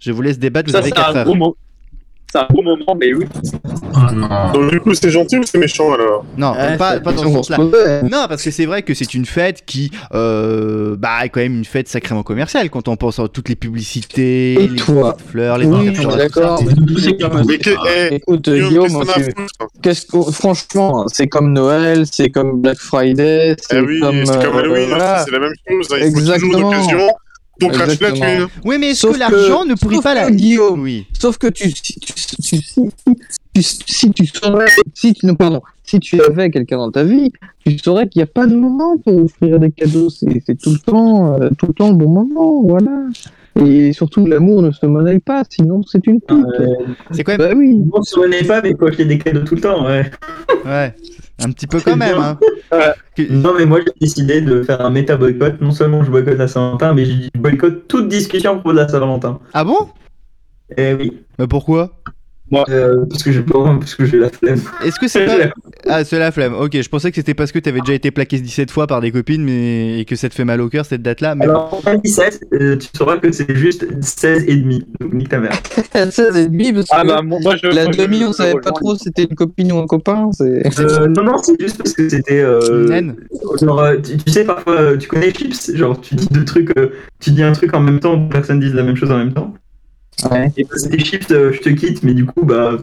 Je vous laisse débattre, vous
Ça,
avez
c'est un
quatre heures.
gros mot. C'est un gros moment, mais oui.
Oh
Donc du coup, c'est gentil ou c'est méchant alors
Non,
Ouais,
pas,
Ah, c'est
Ah, pas
la
dans ce
question qu'on
sens-là.
se posait.
Non, parce que c'est vrai que c'est une fête qui euh, bah, est quand même une fête sacrément commerciale quand on pense à toutes les publicités,
Et
les
toi
petites fleurs, les
Oui,
petites
je suis
fleurs,
d'accord.
tout ça. Ah,
Mais que- eh,
Écoute,
Guillaume,
Guillaume,
qu'est-ce qu'on a
tu-
à foutre
Qu'est-ce qu'on- franchement, c'est comme Noël, c'est comme Black Friday, c'est
Eh oui,
comme,
c'est comme
euh,
Halloween,
voilà.
c'est la même chose. hein, Il faut toujours
Exactement.
d'occasion pour cracher la
Exactement.
thune.
Oui, mais est-ce
Sauf
que l'argent ne pourrit
sauf
pas la...
que, Guillaume,
Oui.
sauf que tu, si tu, si tu, si tu- si tu saurais, si tu, non, pardon, si tu avais quelqu'un dans ta vie, tu saurais qu'il n'y a pas de moment pour offrir des cadeaux, c'est c'est tout le temps, euh, tout le temps le bon moment, voilà. Et surtout, l'amour ne se monnaie pas, sinon c'est une pute.
Ah,
C'est quand même...
bah oui.
On se renaît pas, mais quoi, je des cadeaux tout le temps, ouais.
Ouais. Un petit peu quand
C'est
même.
bien.
Hein.
Non, mais moi, j'ai décidé de faire un méta-boycott. Non seulement je boycotte la Saint-Valentin, mais je boycotte toute discussion à propos de la Saint-Valentin.
Ah bon
Eh oui,
Mais pourquoi
euh, parce que j'ai peur, parce que j'ai la flemme.
Est-ce que c'est pas...
J'ai
Ah, c'est la flemme. Ok, je pensais que c'était parce que t'avais déjà été plaqué 17 fois par des copines mais... et que ça te fait mal au cœur cette date-là. Mais...
Alors, pas 17, euh, tu sauras que c'est juste 16 et demi. Donc, nique ta mère.
16 et demi, parce que
Ah bah moi moi, je.
la
moi, je-
demi, on
je
savait pas
rejoins.
trop si c'était une copine ou un copain, c'est...
Euh, non, non, c'est juste parce que c'était. euh,
Naine.
genre, euh, tu, tu sais, parfois, euh, tu connais Chips, genre, tu dis deux trucs, euh, tu dis un truc en même temps, personne dise la même chose en même temps.
Ouais.
Et bah, c'était Chips, euh, je te quitte, mais du coup, bah.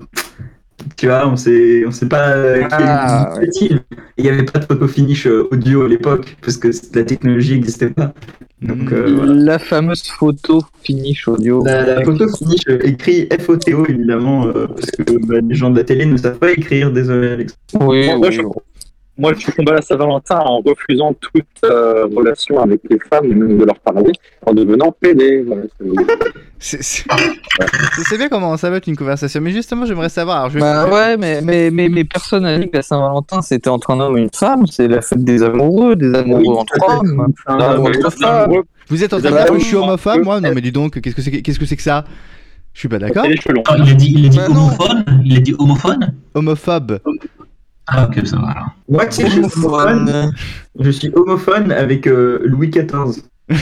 Tu vois, on sait, on sait pas euh, qui
Ah,
est qui est- Il n'y avait pas de photo finish euh, audio à l'époque, parce que c- la technologie n'existait pas. Donc, euh, voilà.
La fameuse photo finish audio.
La, la photo finish euh, écrit FOTO, évidemment, euh, parce que bah, les gens de la télé ne savent pas écrire, désolé, Alex.
Oui,
Moi,
oui, Bah,
je- Moi, je combat la Saint-Valentin en refusant toute euh, relation avec les femmes, et même de leur parler, en devenant pédé. Voilà, c'est-
C'est c'est- c'est bien comment ça va être une conversation. Mais justement, j'aimerais savoir. Alors, je vais-
Bah ouais, mais, mais, mais, mais personne n'a dit que la Saint-Valentin c'était entre un homme et une femme, c'est la fête des amoureux, des amoureux entre hommes.
Ah,
ouais,
ouais.
ça.
Vous Euh, êtes en train de
Bah
dire que
oui.
je suis homophobe, moi Non, mais dis donc, qu'est-ce que c'est qu'est-ce que, c'est que ça Je suis pas d'accord.
C'est les cheveux longs.
Ah, il a dit, il a dit
Bah non.
homophone Il a dit homophone
Homophobe.
Ah, ok, ça va alors.
Moi, tu sais, je suis homophone. Je suis homophone avec euh, Louis XIV.
euh,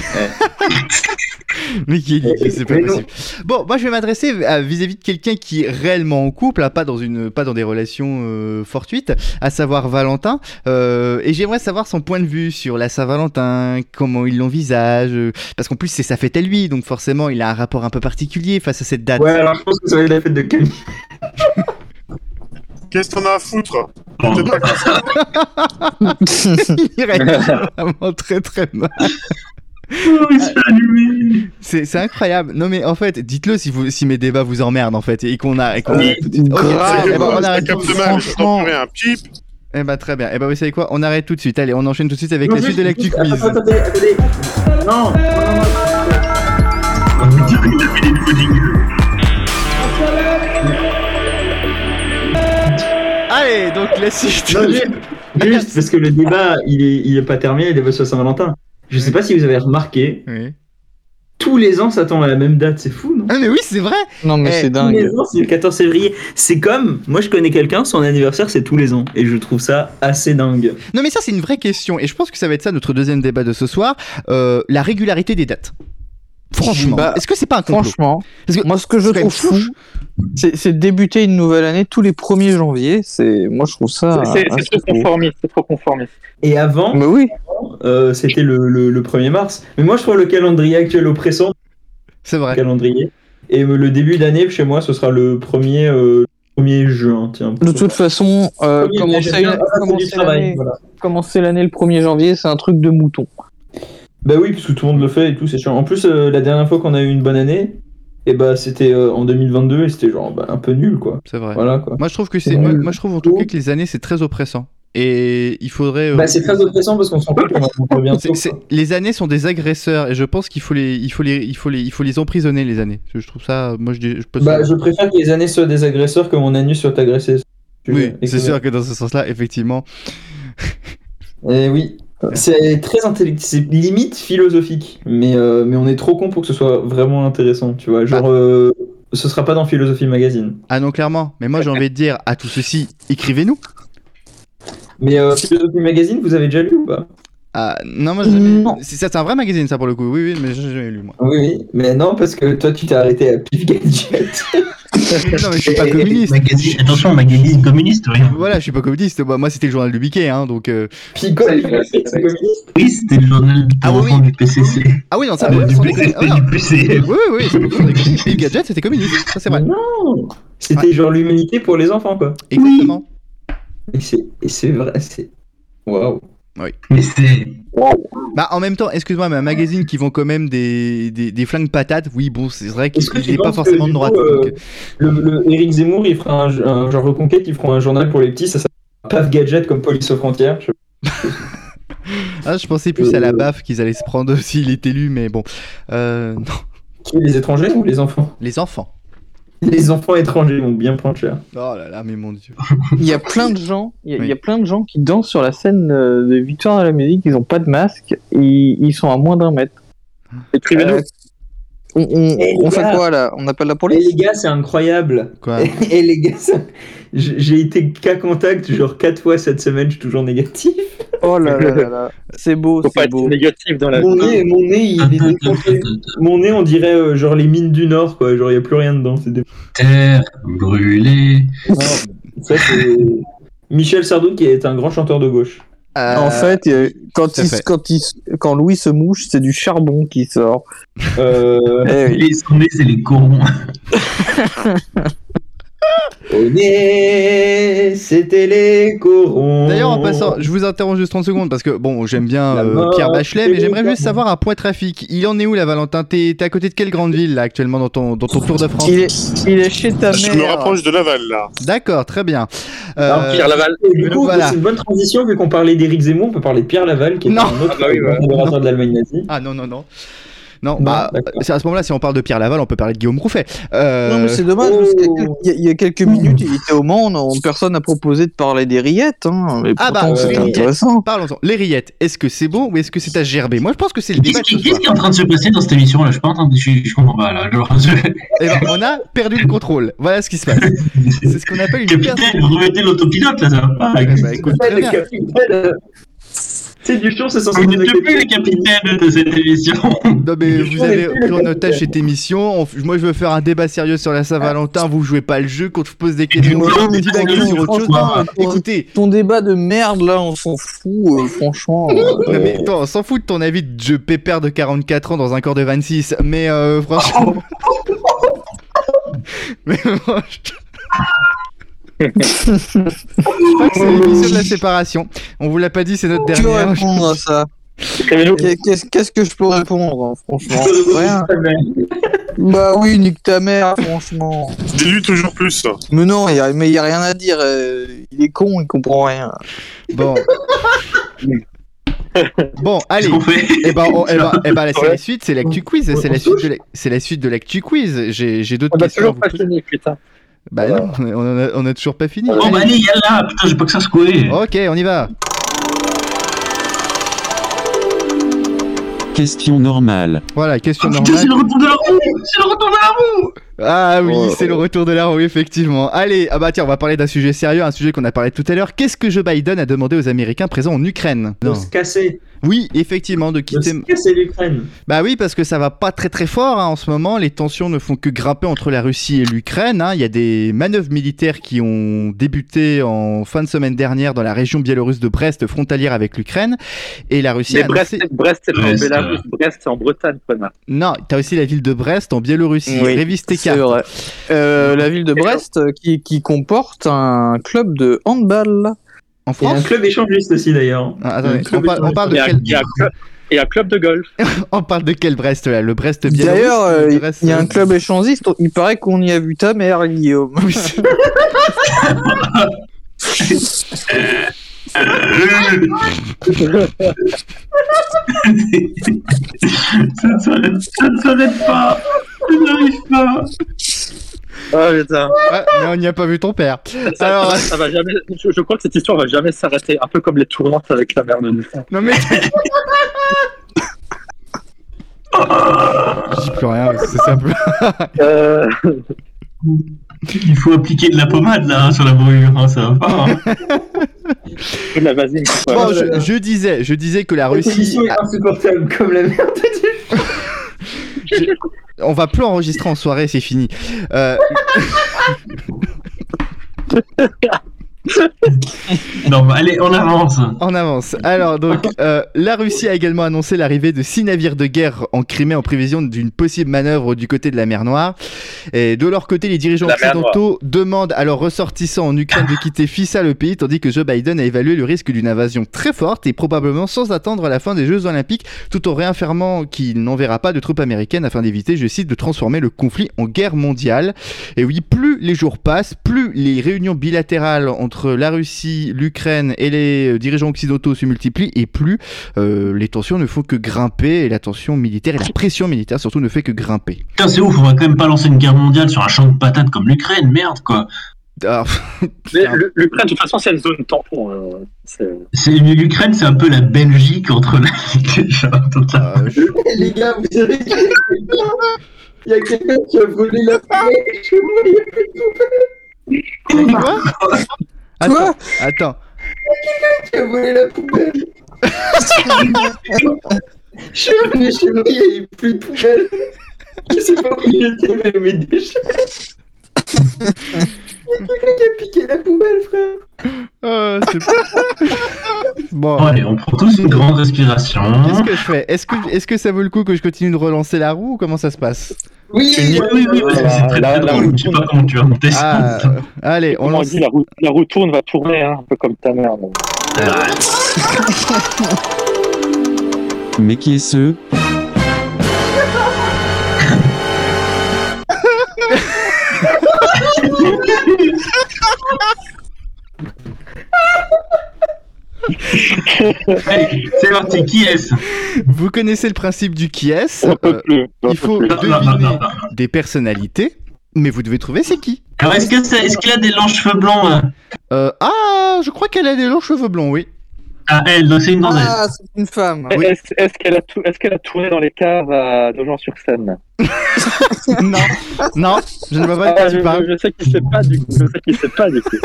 Mais qui est dit, c'est pas possible. Bon, moi je vais m'adresser à- vis-à-vis de quelqu'un qui est réellement en couple, hein, pas dans une, pas dans des relations euh, fortuites, à savoir Valentin. Euh, et j'aimerais savoir son point de vue sur la Saint-Valentin, comment il l'envisage, euh, parce qu'en plus c'est sa fête à lui, donc forcément il a un rapport un peu particulier face à cette date.
Ouais, alors je pense que ça va être la fête de Camille.
Qu'est-ce qu'on a à foutre
il réagit vraiment très très mal. C'est c'est incroyable. Non mais en fait, dites-le si vous si mes débats vous emmerdent en fait et qu'on a et qu'on a-
Oui,
Ok,
grave.
eh ben, on
Ça
arrête
capte
tout-
mal,
franchement.
j'entends plus rien. Pip.
Eh ben très bien. Eh ben vous savez quoi On arrête tout de suite. Allez, on enchaîne tout de suite avec
Non,
la suite
juste-
de l'actu
juste-
quiz.
attends, attendez, attendez. Non, non, non, non.
Allez, donc la suite.
Non, juste, juste parce que le débat, il est, il est pas terminé, le débat sur Saint-Valentin. Je sais pas si vous avez remarqué,
Oui.
tous les ans, ça tombe à la même date, c'est fou, non
Ah mais oui, c'est vrai.
Non, mais
Eh,
c'est
Tous
dingue.
les ans, c'est le 14 février. C'est comme, moi je connais quelqu'un, son anniversaire c'est tous les ans. Et je trouve ça assez dingue.
Non mais ça c'est une vraie question et je pense que ça va être ça notre deuxième débat de ce soir, euh, la régularité des dates. Franchement,
Bah,
est-ce que c'est pas un complot
Franchement,
Parce que
moi ce que je
c'est quand même
trouve fou, c'est c'est débuter une nouvelle année tous les 1er janvier. C'est moi je trouve ça.
C'est c'est
assez
trop
fou.
conformiste, c'est trop conformiste.
Et avant,
Mais oui.
euh, c'était le, le- le 1er mars. Mais moi je trouve le calendrier actuel oppressant,
C'est
le
vrai.
calendrier. Et euh, le début d'année chez moi, ce sera le 1er, euh, 1er juin. Tiens,
De toute façon, euh, commencer
Ah, c'est du
commencer
travail,
l'année-
voilà.
commencer l'année le 1er janvier, c'est un truc de mouton.
Bah oui, parce que tout le monde le fait et tout, c'est chiant. En plus, euh, la dernière fois qu'on a eu une bonne année, et bah c'était euh, en 2022 et c'était genre bah, un peu nul quoi.
C'est vrai.
Voilà quoi.
Moi je trouve que c'est moi, moi, je trouve en tout cas que les années c'est très oppressant et il faudrait euh,
Bah c'est très oppressant parce qu'on s'en compte qu'on va mourir bientôt.
c'est- c'est- les années sont des agresseurs et je pense qu'il faut les il faut les il faut les il faut les emprisonner les années. Je trouve ça moi je dis- je pense
Bah je préfère que les années soient des agresseurs que mon anus soit agressé.
Oui, c'est sûr que dans ce sens-là effectivement.
Et Eh oui. C'est très intellectuel, c'est limite philosophique, mais, euh, mais on est trop con pour que ce soit vraiment intéressant, tu vois. Genre, euh, ce sera pas dans Philosophie Magazine.
Ah non clairement, mais moi j'ai envie de dire à tout ceci, écrivez-nous.
Mais euh, Philosophie Magazine, vous avez déjà lu ou pas
Ah non moi jamais...
Non.
c'est ça, c'est un vrai magazine ça pour le coup. Oui oui, mais j'ai jamais lu moi.
Oui, oui, mais non, parce que toi tu t'es arrêté à Pif Gadget.
non mais je suis pas communiste.
Magazine- Attention, magazine communiste, oui.
Voilà, je suis pas communiste. Bah, Moi, moi, c'était le journal du Biquet, hein, donc. euh,
Pico,
Ça,
il
je vais
est
essayer.
communiste.
Oui, c'était le journal du
Ah oui,
enfant du PCC.
Ah oui, non, ça.
Du-
ouais,
du
sans
PCC,
déconner. Ah,
du
non. oui,
PCF.
oui, oui, c'est pour ça qu'on est- Bill Gadget, c'était communiste. Ça, c'est vrai.
Non C'était genre l'humanité pour les enfants, quoi.
Exactement.
Et c'est et c'est vrai, c'est. Waouh
Mais c'est.
Bah, en même temps, excuse-moi, mais un magazine qui vend quand même des, des, des flingues patates, oui, bon, c'est vrai
Est-ce que tu
qu'il n'est pas
penses que,
forcément de
du coup,
droite.
euh,
donc,
le, le Eric Zemmour, il fera un, un genre reconquête, ils feront un journal pour les petits, ça s'appelle Paf Gadget comme police aux frontières. Je-
Ah, je pensais plus à la
euh,
baffe qu'ils allaient se prendre s'il est élu, mais bon. Euh, non,
Qui Les étrangers ou les enfants
les enfants.
Les enfants étrangers vont bien prendre cher.
Oh là là, mais mon dieu.
Il y a plein de gens, il y a,
Oui.
il y a plein de gens qui dansent sur la scène euh, de Victoire de la musique, ils ont pas de masque, ils, ils sont à moins d'un mètre.
Écrivez-nous.
Euh, on on-
Eh,
on
les
fait
gars.
quoi là On appelle la
Et
police
les gars, c'est incroyable
Quoi
Et les gars, ça- j'ai j'ai été cas contact genre 4 fois cette semaine, je suis toujours négatif.
Oh là là là là. C'est beau,
Faut pas
c'est
être
beau.
négatif dans la
Mon
vie.
nez, mon nez,
Ah,
il est défoncé. Mon nez, on dirait euh, genre les mines du Nord, quoi. Genre, il n'y a plus rien dedans. C'est dé-
Terre brûlée.
Ça, c'est. Michel Sardou, qui est un grand chanteur de gauche.
Euh,
En fait, euh, quand,
tout à
il,
fait.
quand, il, quand Louis se mouche, c'est du charbon qui sort.
Euh,
Eh oui.
Les son nez, c'est les corons.
Au nez, c'était les corons.
D'ailleurs, en passant, je vous interromps juste 30 secondes parce que bon, j'aime bien
La
euh,
mort,
Pierre Bachelet, mais
c'est
j'aimerais juste
clairement.
savoir un point trafic. Il en est où là, Valentin T'es t'es à côté de quelle grande ville là actuellement dans ton, dans ton tour de France
Il est, il est chez ta
Bah, Je
mère.
me rapproche de Laval là.
D'accord, très bien. Euh,
Alors, Pierre
Laval.
Et du coup,
Voilà.
c'est une bonne transition, vu qu'on parlait d'Éric Zemmour, on peut parler de Pierre Laval, qui est
Non.
un autre
Ah bah oui,
grand
ouais.
collaborateur de l'Allemagne nazie.
Ah non, non, non. Non,
Non,
bah,
d'accord.
c'est à ce moment-là, si on parle de Pierre Laval, on peut parler de Guillaume Rouffet. Euh,
Non, mais c'est dommage, parce qu'il y a quel-
Oh.
il y, a- il y a quelques minutes, il était au Mans, on- personne n'a proposé de parler des rillettes. Hein, mais
Ah bah,
pourtant, c'était
les rillettes.
intéressant.
Parlons-en. Les rillettes, est-ce que c'est bon ou est-ce que c'est à gerber Moi, je pense que c'est le débat
Qu'est-ce
de ce
qui,
soir.
qu'est-ce qui est en train de se passer dans cette émission là Je suis pas entendu, je, je comprends pas là. Genre, je-
Eh ben, on a perdu le contrôle. Voilà ce qui se passe. C'est ce qu'on appelle une perte. ben,
Capitaine, remettez l'autopilote là, ça va pas.
Eh ben, écoute, très bien.
Le capitaine, euh, C'est du chaud, c'est
Vous n'êtes plus le capitaine de cette émission.
Non mais vous
on est
avez
plus
pris en
le
otage cette émission. On f- Moi je veux faire un débat sérieux sur la Saint-Valentin. Vous jouez pas le jeu quand je vous pose des questions.
non,
on
mais
dit la
non,
question sur autre chose.
Ah,
franchement,
Non, Écoutez,
Ton débat de merde là, on s'en fout, euh, franchement. euh,
non, mais
Oh.
attends, on s'en fout de ton avis de je pépère de 44 ans dans un corps de 26. Mais euh, franchement. mais franchement, je- je crois que c'est l'émission de la séparation. On vous l'a pas dit, c'est notre
que
dernière.
répondre à ça
Prévenez-nous.
Qu'est- Qu'est-ce qu'est-ce que je peux répondre, hein, franchement Rien.
ben,
Bah oui, nique ta mère, franchement.
Dis-lui toujours plus. Bah,
Mais non, y a- mais il y a rien à dire. euh, il est con, il comprend rien.
Ah
Bon. bon, allez.
Qu'on fait
Eh ben, on- eh ben, eh ben, c'est la suite, c'est l'actu quiz, c'est la suite de la- c'est la suite de l'actu quiz. J'ai j'ai d'autres
On a
questions. à
bah, Ah toujours pas
vous poser.
fini, putain.
Bah non, on en a, Ah, on a toujours pas fini.
Oh bah allez, yallah, putain, j'ai pas que ça à secouer.
Ok, on y va.
Question normale.
Voilà, question
Oh, putain, c'est
normale.
le retour de la roue C'est le retour de la roue
Ah oui, c'est le retour de la roue, effectivement. Allez, ah bah tiens, on va parler d'un sujet sérieux, un sujet qu'on a parlé tout à l'heure. Qu'est-ce que Joe Biden a demandé aux Américains présents en Ukraine
De se casser,
Oui, effectivement, de
de
quitter.
se casser l'Ukraine.
Bah oui, parce que ça va pas très très fort hein, en ce moment. Les tensions ne font que grimper entre la Russie et l'Ukraine. hein. Il y a des manœuvres militaires qui ont débuté en fin de semaine dernière dans la région biélorusse de Brest, frontalière avec l'Ukraine. Et la Russie
Mais
a
Brest,
annoncé...
Brest, c'est en
Brest,
euh,
Bélarus, Brest, c'est en Bretagne, connard.
Non, t'as aussi la ville de Brest en Biélorussie.
Oui,
Révise tes
C'est
cartes.
vrai. Euh, la ville de Brest euh, qui, qui comporte un club de handball.
En
Et un
France
club échangiste aussi d'ailleurs.
Ah, attendez,
Un club
on, parle, on parle
Et
de
un,
quel...
et un club, et un club de golf.
on parle de quel Brest là Le Brest biélorusse
D'ailleurs, euh,
le
il
Brest-
y a un club échangiste. Il paraît qu'on y a vu ta mère, Guillaume.
Oui, c'est-
ça, ne s'arrête- ça ne s'arrête pas Je n'arrive pas
Oh putain.
Ouais, mais on n'y a pas vu ton père.
Ça, ça
Alors-
va- ça va jamais. Je, je crois que cette histoire va jamais s'arrêter. Un peu comme les tournantes avec la mère de nous.
Non mais. Je dis plus rien, c'est simple.
Euh,
Il faut appliquer de la pommade là hein, sur la brûlure, hein, ça va pas. hein.
de la vasine. quoi.
Bon, je, je disais, je disais que la
Cette
Russie. ah.
émission est insupportable comme la merde.
On va plus enregistrer en soirée, c'est fini. Euh,
Non, bah, allez, on avance.
en avance. Alors donc, euh, la Russie a également annoncé l'arrivée de six navires de guerre en Crimée en prévision d'une possible manœuvre du côté de la mer Noire. Et de leur côté, les dirigeants
La mer Noire.
occidentaux demandent à leurs ressortissants en Ukraine de quitter Fissa le pays, tandis que Joe Biden a évalué le risque d'une invasion très forte et probablement sans attendre la fin des Jeux Olympiques, tout en réaffirmant qu'il n'enverra pas de troupes américaines afin d'éviter, je cite, de transformer le conflit en guerre mondiale. Et oui, plus les jours passent, plus les réunions bilatérales entre la Russie, l'Ukraine et les euh, dirigeants occidentaux se multiplient et plus euh, les tensions ne font que grimper et la tension militaire et la pression militaire surtout ne fait que grimper.
Putain, c'est ouf, on va quand même pas lancer une guerre mondiale sur un champ de patates comme l'Ukraine, merde quoi.
Alors,
Mais le- L'Ukraine, de toute façon, c'est une zone tampon. euh, c'est-
C'est- L'Ukraine, c'est un peu la Belgique entre la.
euh, je-
Les gars, vous savez qui est Il y a quelqu'un qui a volé la poubelle chez moi, il y a plus de poubelle
Quoi Attends,
Quoi
attends.
qui a volé la poubelle. Je suis revenu chez moi, il n'y avait plus de poubelle. Je sais pas où j'étais, mais mes déchets. Il y a quelqu'un qui a piqué la poubelle, frère.
Euh, c'est- bon,
Bon, allez, on prend tous une grande respiration.
qu'est-ce que je fais Est-ce que, est que ça vaut le coup que je continue de relancer la roue ou comment ça se passe
Oui,
Oui, oui, oui, parce que c'est très
Là,
très
là,
drôle. Je sais pas comment tu vas monter ça.
Ah, euh, allez, on
Comme on
lance.
dit, la roue, la roue tourne, va tourner, hein, un peu comme ta mère. donc.
Mais qui est ce
Allez, c'est parti, qui est-ce
Vous connaissez le principe du qui est
On peut plus. on
il
peut
faut-
plus.
Non, non, non, non, non.
des personnalités, mais vous devez trouver c'est qui.
Alors, est-ce que c'est- est-ce qu'il a des longs cheveux blancs là
Euh, ah, je crois qu'elle a des longs cheveux blonds, oui.
Ah, elle, donc c'est une danseuse.
Ah, c'est une femme.
Est-ce est-ce qu'elle a, tou- est-ce qu'elle a tourné dans les caves à Nogent-sur-Seine
Non, non, je ne vois pas de
Ah,
quoi
je,
tu parles.
je sais qu'il sait pas du coup. Je sais qu'il sait pas du coup.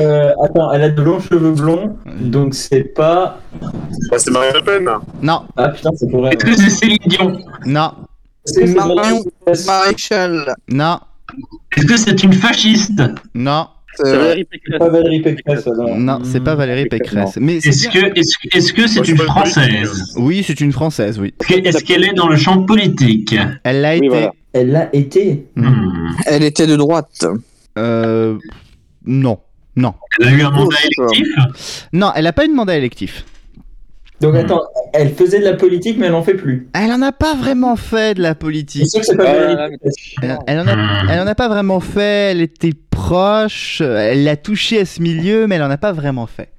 Euh, attends, elle a de longs cheveux blonds, donc c'est pas.
Bah, c'est Marine Le Pen.
Non.
Ah putain, c'est pour elle.
Est-ce que c'est Céline Dion
Non.
C'est
Marion Maréchal.
Non.
Est-ce que c'est une fasciste
Non.
C'est Valérie Pécresse. Pas Valérie Pécresse, alors.
Non, c'est pas Valérie Pécresse. Mais c'est
Est-ce
bien.
que est-ce que- est-ce que c'est une
hein.
française
Oui, c'est une française, oui.
Est-ce que- Est-ce qu'elle est dans le champ politique Hmm.
Elle l'a
Oui,
été.
voilà. Elle l'a été.
Hmm.
Elle était de droite.
Euh. Non. Non.
Elle a eu un mandat électif
Non, elle n'a pas eu de mandat électif.
Donc attends, elle faisait de la politique, mais elle en fait plus.
Elle en a pas vraiment fait de la politique.
C'est sûr que
Ah,
c'est pas Valérie Pécresse.
Elle, elle en a,
Hmm.
elle en a pas vraiment fait. Elle était proche. Elle l'a touché à ce milieu, mais elle en a pas vraiment fait.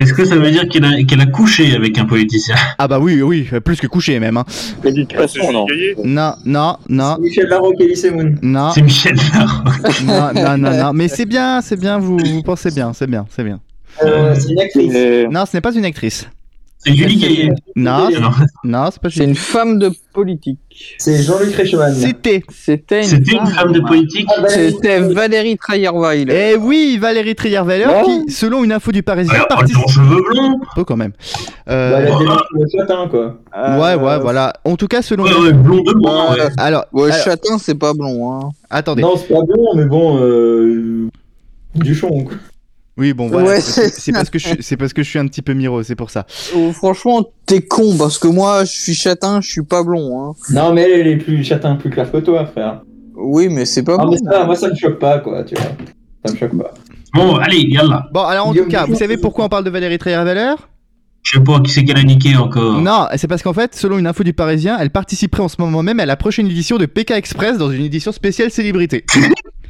Est-ce que ça veut dire qu'elle a, qu'elle a couché avec un politicien
Ah bah oui, oui, plus que couché même. Hein.
Mais de toute façon, non.
Non, non, non.
Michel Larocque et Lissemoun.
Non,
C'est Michel
non, non, non, non. Mais c'est bien, c'est bien. Vous, vous pensez bien, c'est bien, c'est bien.
Euh, c'est une actrice.
Non, ce n'est pas une actrice.
C'est Julie Gaillet.
Non,
Non.
non, c'est pas
C'est une femme de politique.
C'est Jean-Luc Reichmann.
C'était.
C'était une,
C'était une femme de politique
Ah, Valérie-
C'était Valérie Trierweiler.
Eh oui, Valérie Trierweiler,
Ouais.
qui, selon une info du Parisien,
Elle a
participe
long Oh, cheveux blonds
un peu quand même.
Bah,
Euh,
elle a des mecs le châtain, quoi.
ouais, ouais, voilà. En tout cas, selon.
Ouais, ouais, blond de blond, ouais.
Alors,
Euh,
Ouais,
alors,
châtain, c'est pas blond. Hein.
attendez.
Non, c'est pas bon, mais bon. Euh... Duchon, quoi.
Oui, bon, voilà.
Ouais.
C'est c'est parce que je suis- c'est parce que je suis un petit peu miro, c'est pour ça.
Oh, franchement, t'es con parce que moi, je suis châtain, je suis pas blond. Hein.
Non, mais elle, elle est plus châtain, plus clair que toi, frère.
Oui, mais c'est pas
Ah,
bon.
mais ça, moi, ça me choque pas, quoi, tu vois. Ça me choque pas.
Bon, allez, yalla.
Bon, alors en
Guillaume
tout cas, vous
Dufour.
savez pourquoi on parle de Valérie Trierweiler
Je sais pas qui c'est qu'elle a niqué encore.
Non, c'est parce qu'en fait, selon une info du Parisien, elle participerait en ce moment même à la prochaine édition de PK Express dans une édition spéciale célébrité.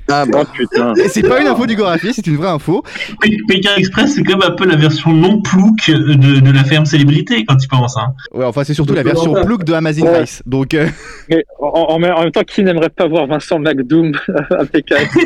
Ah bah,
Oh putain.
Et c'est pas une info du Gorafi, c'est une vraie info.
P- Pékin Express, c'est comme un peu la version non plouc de, de la ferme célébrité quand tu penses. Hein.
Ouais, enfin, c'est surtout la version plouc de Amazing
Ouais.
Race. Donc, euh,
Mais en, en- en même temps, qui n'aimerait pas voir Vincent McDoom à PKS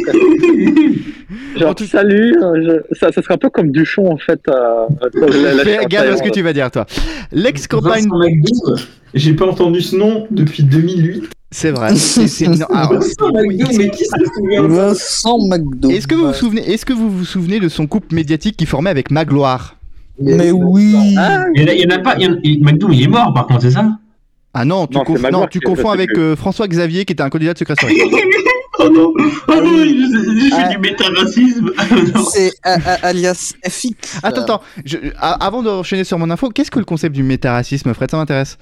Genre, salut, euh, je- ça, ça serait un peu comme Duchon en fait. euh, la- la-
fais
la-
gaffe à ce que tu vas dire, toi. L'ex-campagne.
Vincent McDoom, j'ai pas entendu ce nom depuis 2008.
C'est vrai. C'est- Ah, c'est- non, alors,
Vincent McDoom, mais qui se souvient de ça
Vincent McDo.
Est-ce que vous vous souvenez, est-ce que vous vous souvenez de son couple médiatique qui formait avec Magloire
Mais oui.
Il y en a- il y en a pas. il y en- il- McDoom, il est mort par contre, c'est ça
Ah non, tu,
Non, c'est
conf-
Magloire
non, tu
qui-
confonds
je sais
avec
plus.
euh, François Xavier qui était un candidat de secret service.
Oh non, oh non, je, je fais du méta-racisme. Ah Non.
C'est a- a- alias Euh, Fik.
Attends, attends, je- a- avant de enchaîner sur mon info, qu'est-ce que le concept du métaracisme, Fred Ça m'intéresse.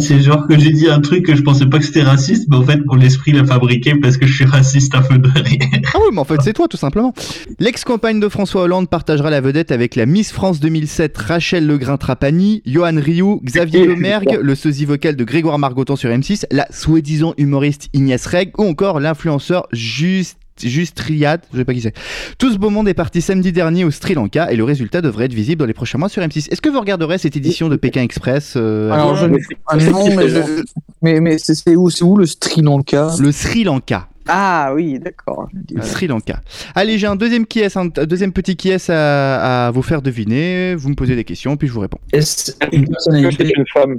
C'est genre que j'ai dit un truc que je pensais pas que c'était raciste, mais en fait, mon esprit l'a fabriqué parce que je suis raciste à feu de rire.
Ah oui, mais en fait, c'est toi, tout simplement. L'ex-compagne de François Hollande partagera la vedette avec la Miss France 2007 Rachel Legrain-Trapani, Johan Rioux, Xavier Lemergue, le sosie vocal de Grégoire Margoton sur M6, la soi-disant humoriste Ignace Reg ou encore l'influenceur Juste. Juste Riyad, je sais pas qui c'est. Tout ce beau monde est parti samedi dernier au Sri Lanka et le résultat devrait être visible dans les prochains mois sur M6. Est-ce que vous regarderez cette édition de Pékin Express euh,
Alors, je ne- ah, non, mais, je- mais, mais c'est c'est où, c'est où le Sri Lanka
Le Sri Lanka.
Ah oui, d'accord.
Le Sri Lanka. Allez, j'ai un deuxième qui est, un t- deuxième petit qui est à, à vous faire deviner. Vous me posez des questions, puis je vous réponds.
Est-ce une
Est-ce que
personnalité,
c'est une femme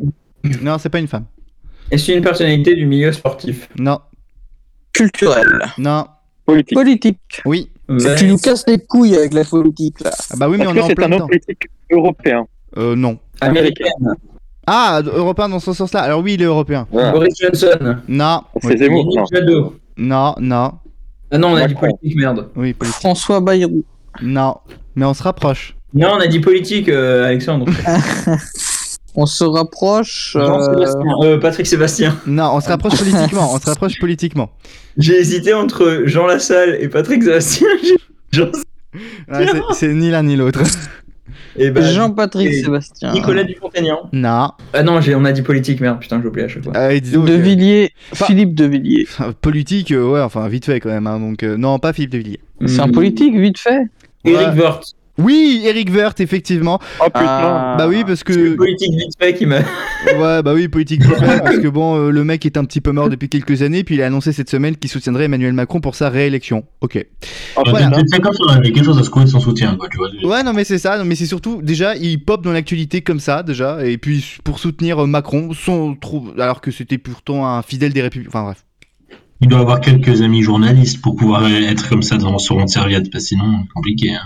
Non, c'est pas une femme.
est-ce une personnalité du milieu sportif
Non,
Culturel.
non,
politique
Politique.
oui.
Valérie-
Tu nous casses les couilles avec la politique là.
Ah bah oui, mais
Est-ce
on est
que
en
c'est
plein
un homme
dedans.
politique européen
Euh, non.
Américaine.
Ah, européen dans ce sens-là. Alors oui, il est européen.
Voilà.
Boris Johnson.
Non,
C'est Zemmour,
Yannick
non.
Jadot.
non, non.
Ah non, on a dit
Macron.
politique, merde.
Oui, politique.
François Bayrou.
Non, mais on se rapproche.
Non, on a dit politique, euh, Alexandre.
On se rapproche. euh,
Jean-Sébastien. Euh, Patrick Sébastien.
Non, on se rapproche politiquement. On se rapproche politiquement.
J'ai hésité entre Jean Lassalle et Patrick Sébastien. Jean-
Ouais, c'est- c'est ni l'un ni l'autre.
Et bah,
Jean-Patrick
et
Sébastien.
Nicolas Dupont-Aignan.
Non.
Ah non, j'ai- on a dit politique, merde, putain, j'ai oublié à chaque fois.
Euh, dis donc,
De
euh,
Villiers,
Enfin-
Philippe de Villiers.
enfin, politique, euh, ouais, enfin vite fait quand même. hein, donc euh, non, pas Philippe de Villiers.
C'est un
Hmm.
politique, vite fait.
Éric Vort.
Oui, Eric Werth, effectivement. Ah. Bah oui, parce que.
Politique vite fait qui m'a.
Ouais, bah oui, politique vite fait, parce que bon, euh, le mec est un petit peu mort depuis quelques années, puis il a annoncé cette semaine qu'il soutiendrait Emmanuel Macron pour sa réélection. Ok.
Oh,
Voilà.
hein.
C'est comme ça, on avait quelque chose à secouer de son soutien, quoi, tu vois.
Ouais, non, mais c'est ça. Non, mais c'est surtout, déjà, il pop dans l'actualité comme ça, déjà. Et puis, pour soutenir euh, Macron, son trou- alors que c'était pourtant un fidèle des Républicains. Enfin, bref.
Il doit avoir quelques amis journalistes pour pouvoir euh, être comme ça dans son rond de serviette, parce que sinon, c'est compliqué. hein.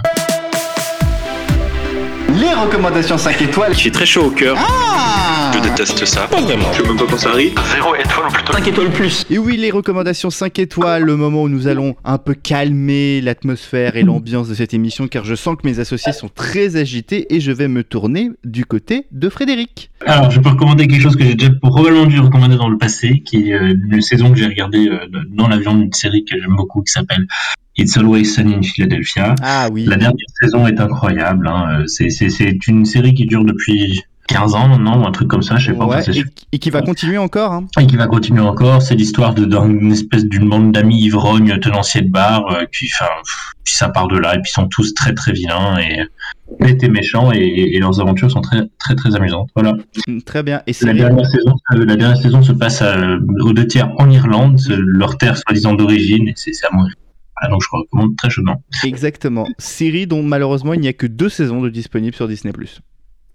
Les recommandations 5 étoiles.
Je suis très chaud au cœur. Ah. je déteste ça. Pas vraiment. Je veux même pas quand ça arrive. Zéro étoile ou plutôt. 5 étoiles plus.
Et oui, les recommandations 5 étoiles, le moment où nous allons un peu calmer l'atmosphère et l'ambiance de cette émission, car je sens que mes associés sont très agités et je vais me tourner du côté de Frédéric.
Alors, je peux recommander quelque chose que j'ai déjà probablement dû recommander dans le passé, qui est euh, une saison que j'ai regardée euh, dans l'avion d'une série que j'aime beaucoup, qui s'appelle It's Always Sunny in Philadelphia.
Ah oui.
La dernière saison est incroyable. hein. Euh, C'est- C'est c'est une série qui dure depuis 15 ans maintenant, ou un truc comme ça, je sais pas. enfin,
Ouais,
c'est
et,
sûr.
et qui va continuer encore. hein.
Et qui va continuer encore, c'est l'histoire de- d'une espèce d'une bande d'amis ivrognes tenanciers de bar, euh, qui, enfin, pff, puis ça part de là, et puis ils sont tous très très vilains, et bêtes et méchants, et, et leurs aventures sont très très très amusantes. Voilà.
Mm, Très bien. Et
La
série-
dernière, saison, euh, la dernière saison se passe euh, aux deux tiers en Irlande, c'est leur terre soi-disant d'origine, et c'est c'est à mourir. Ah, donc je recommande très chaudement.
Exactement. Série dont malheureusement il n'y a que deux saisons de disponibles sur Disney.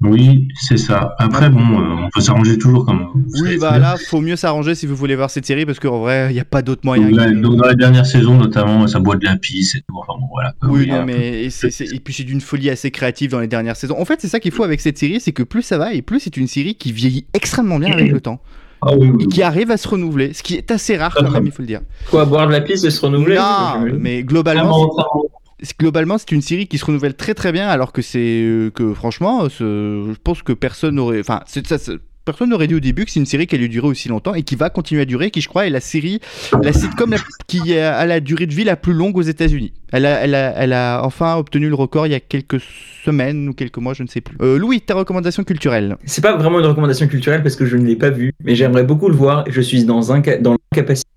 Oui, c'est ça. Après, bon, euh, on peut s'arranger toujours comme.
Oui, bah là, faut mieux s'arranger si vous voulez voir cette série, parce qu'en vrai, il n'y a pas d'autre moyen.
Donc, là, donc, dans la dernière saison, notamment, ça boit de la pisse et tout. Enfin, bon, voilà.
Ah Oui,
Euh,
non, mais et, c'est- c'est- et puis c'est d'une folie assez créative dans les dernières saisons. En fait, c'est ça qu'il faut avec cette série, c'est que plus ça va et plus c'est une série qui vieillit extrêmement bien avec le temps.
Ah
Et qui arrive à se renouveler, ce qui est assez rare quand même, il faut le dire.
Quoi, boire de la piste et se renouveler
Non,
Ah Je-
Ah,
mais
Clairement,
globalement, c'est-
clairement.
c'est- globalement, c'est une série qui se renouvelle très très bien, alors que c'est euh, que franchement, euh, ce- je pense que personne n'aurait, enfin, c'est ça, c'est- personne n'aurait dit au début que c'est une série qui allait durer aussi longtemps et qui va continuer à durer, qui je crois est la série, la sitcom la- qui a, a la durée de vie la plus longue aux États-Unis. Elle a, elle, a, elle a enfin obtenu le record il y a quelques semaines ou quelques mois, je ne sais plus. Euh, Louis, ta recommandation culturelle
C'est pas vraiment une recommandation culturelle parce que je ne l'ai pas vu, mais j'aimerais beaucoup le voir. et Je suis dans, un, ca- dans l'incapacité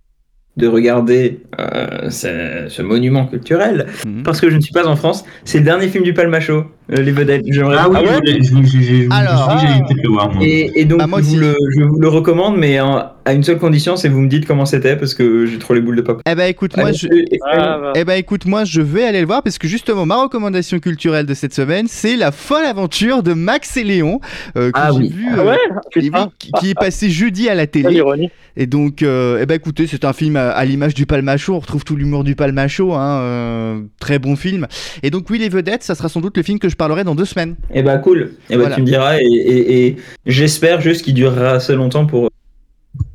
de regarder euh, ce, ce monument culturel
Hmm.
parce que je ne suis pas en France. C'est le dernier film du Palmacho, euh, Les Vedettes. J'aimerais-
Ah oui,
ouais
je- je- je- je- je-
Alors,
je
ah.
me suis dit que j'allais peut-être le voir, moi.
et, et
Bah,
donc, je vous le, je vous le recommande, mais hein, à une seule condition, c'est que vous me dites comment c'était parce que j'ai trop les boules de pop.
Eh ben écoute, moi
Allez.
je...
Ah, bah.
eh ben, écoute, moi je vais aller le voir parce que justement ma recommandation culturelle de cette semaine, c'est la folle aventure de Max et Léon euh, que
Ah
j'ai
oui.
vu,
Ah ouais
qui, qui- qui est passé jeudi à la télé. Et donc, euh, eh ben écoutez, c'est un film à, à l'image du Palmacho. On retrouve tout l'humour du Palmacho, hein, euh, très bon film. Et donc oui, les vedettes, ça sera sans doute le film que je parlerai dans deux semaines.
Et bah cool. Et bah
Voilà.
tu me diras et, et- et j'espère juste qu'il durera assez longtemps pour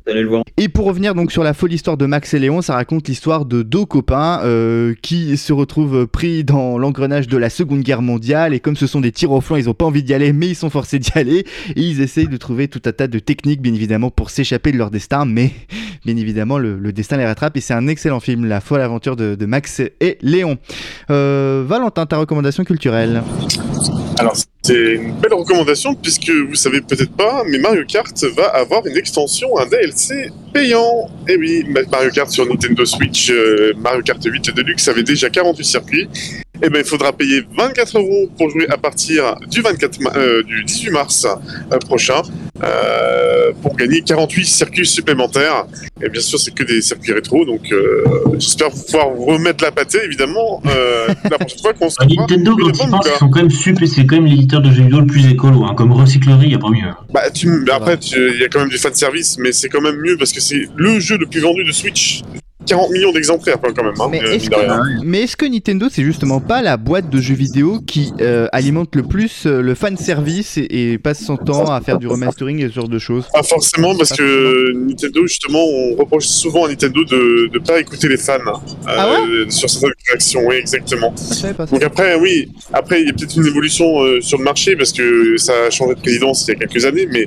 aller le voir.
Et pour revenir donc sur la folle histoire de Max et Léon, ça raconte l'histoire de deux copains euh, qui se retrouvent pris dans l'engrenage de la Seconde Guerre mondiale et comme ce sont des tirs au flanc, ils ont pas envie d'y aller mais ils sont forcés d'y aller et ils essayent de trouver tout un tas de techniques bien évidemment pour s'échapper de leur destin mais bien évidemment le, le destin les rattrape et c'est un excellent film, La folle aventure de, de Max et Léon. Euh, Valentin, ta recommandation culturelle
Alors, c'est une belle recommandation, puisque vous savez peut-être pas, mais Mario Kart va avoir une extension, un DLC payant. Et oui, ma- Mario Kart sur Nintendo Switch, euh, Mario Kart 8 Deluxe avait déjà 48 circuits. Et ben, il faudra payer 24 euros pour jouer à partir du 24 ma- euh, du 18 mars euh, prochain euh, pour gagner 48 circuits supplémentaires. Et bien sûr, c'est que des circuits rétro, donc euh, j'espère pouvoir vous remettre la pâtée, évidemment, euh, la prochaine fois qu'on se
Bah,
retrouvera.
Nintendo,
Mais
quand
de
ils
bonnes
pensent,
couleurs.
ils sont quand même super, c'est quand même l'éditeur de jeux vidéo le plus écolo, hein. Comme recyclerie, il n'y a pas mieux. hein.
Bah, tu, mais après, tu- il y a quand même du fan service, mais c'est quand même mieux parce que c'est le jeu le plus vendu de Switch. 40 millions d'exemplaires, quoi, quand même. Hein, euh, mine
Est-ce
de rien.
que, mais est-ce que Nintendo, c'est justement pas la boîte de jeux vidéo qui euh, alimente le plus euh, le fan service et, et passe son temps à faire du remastering et ce genre de choses
Pas forcément, parce que Nintendo, justement, on reproche souvent à Nintendo de ne pas écouter les fans euh, sur certaines actions, oui, exactement. Donc après, oui, après, il y a peut-être une évolution euh, sur le marché, parce que ça a changé de présidence il y a quelques années, mais...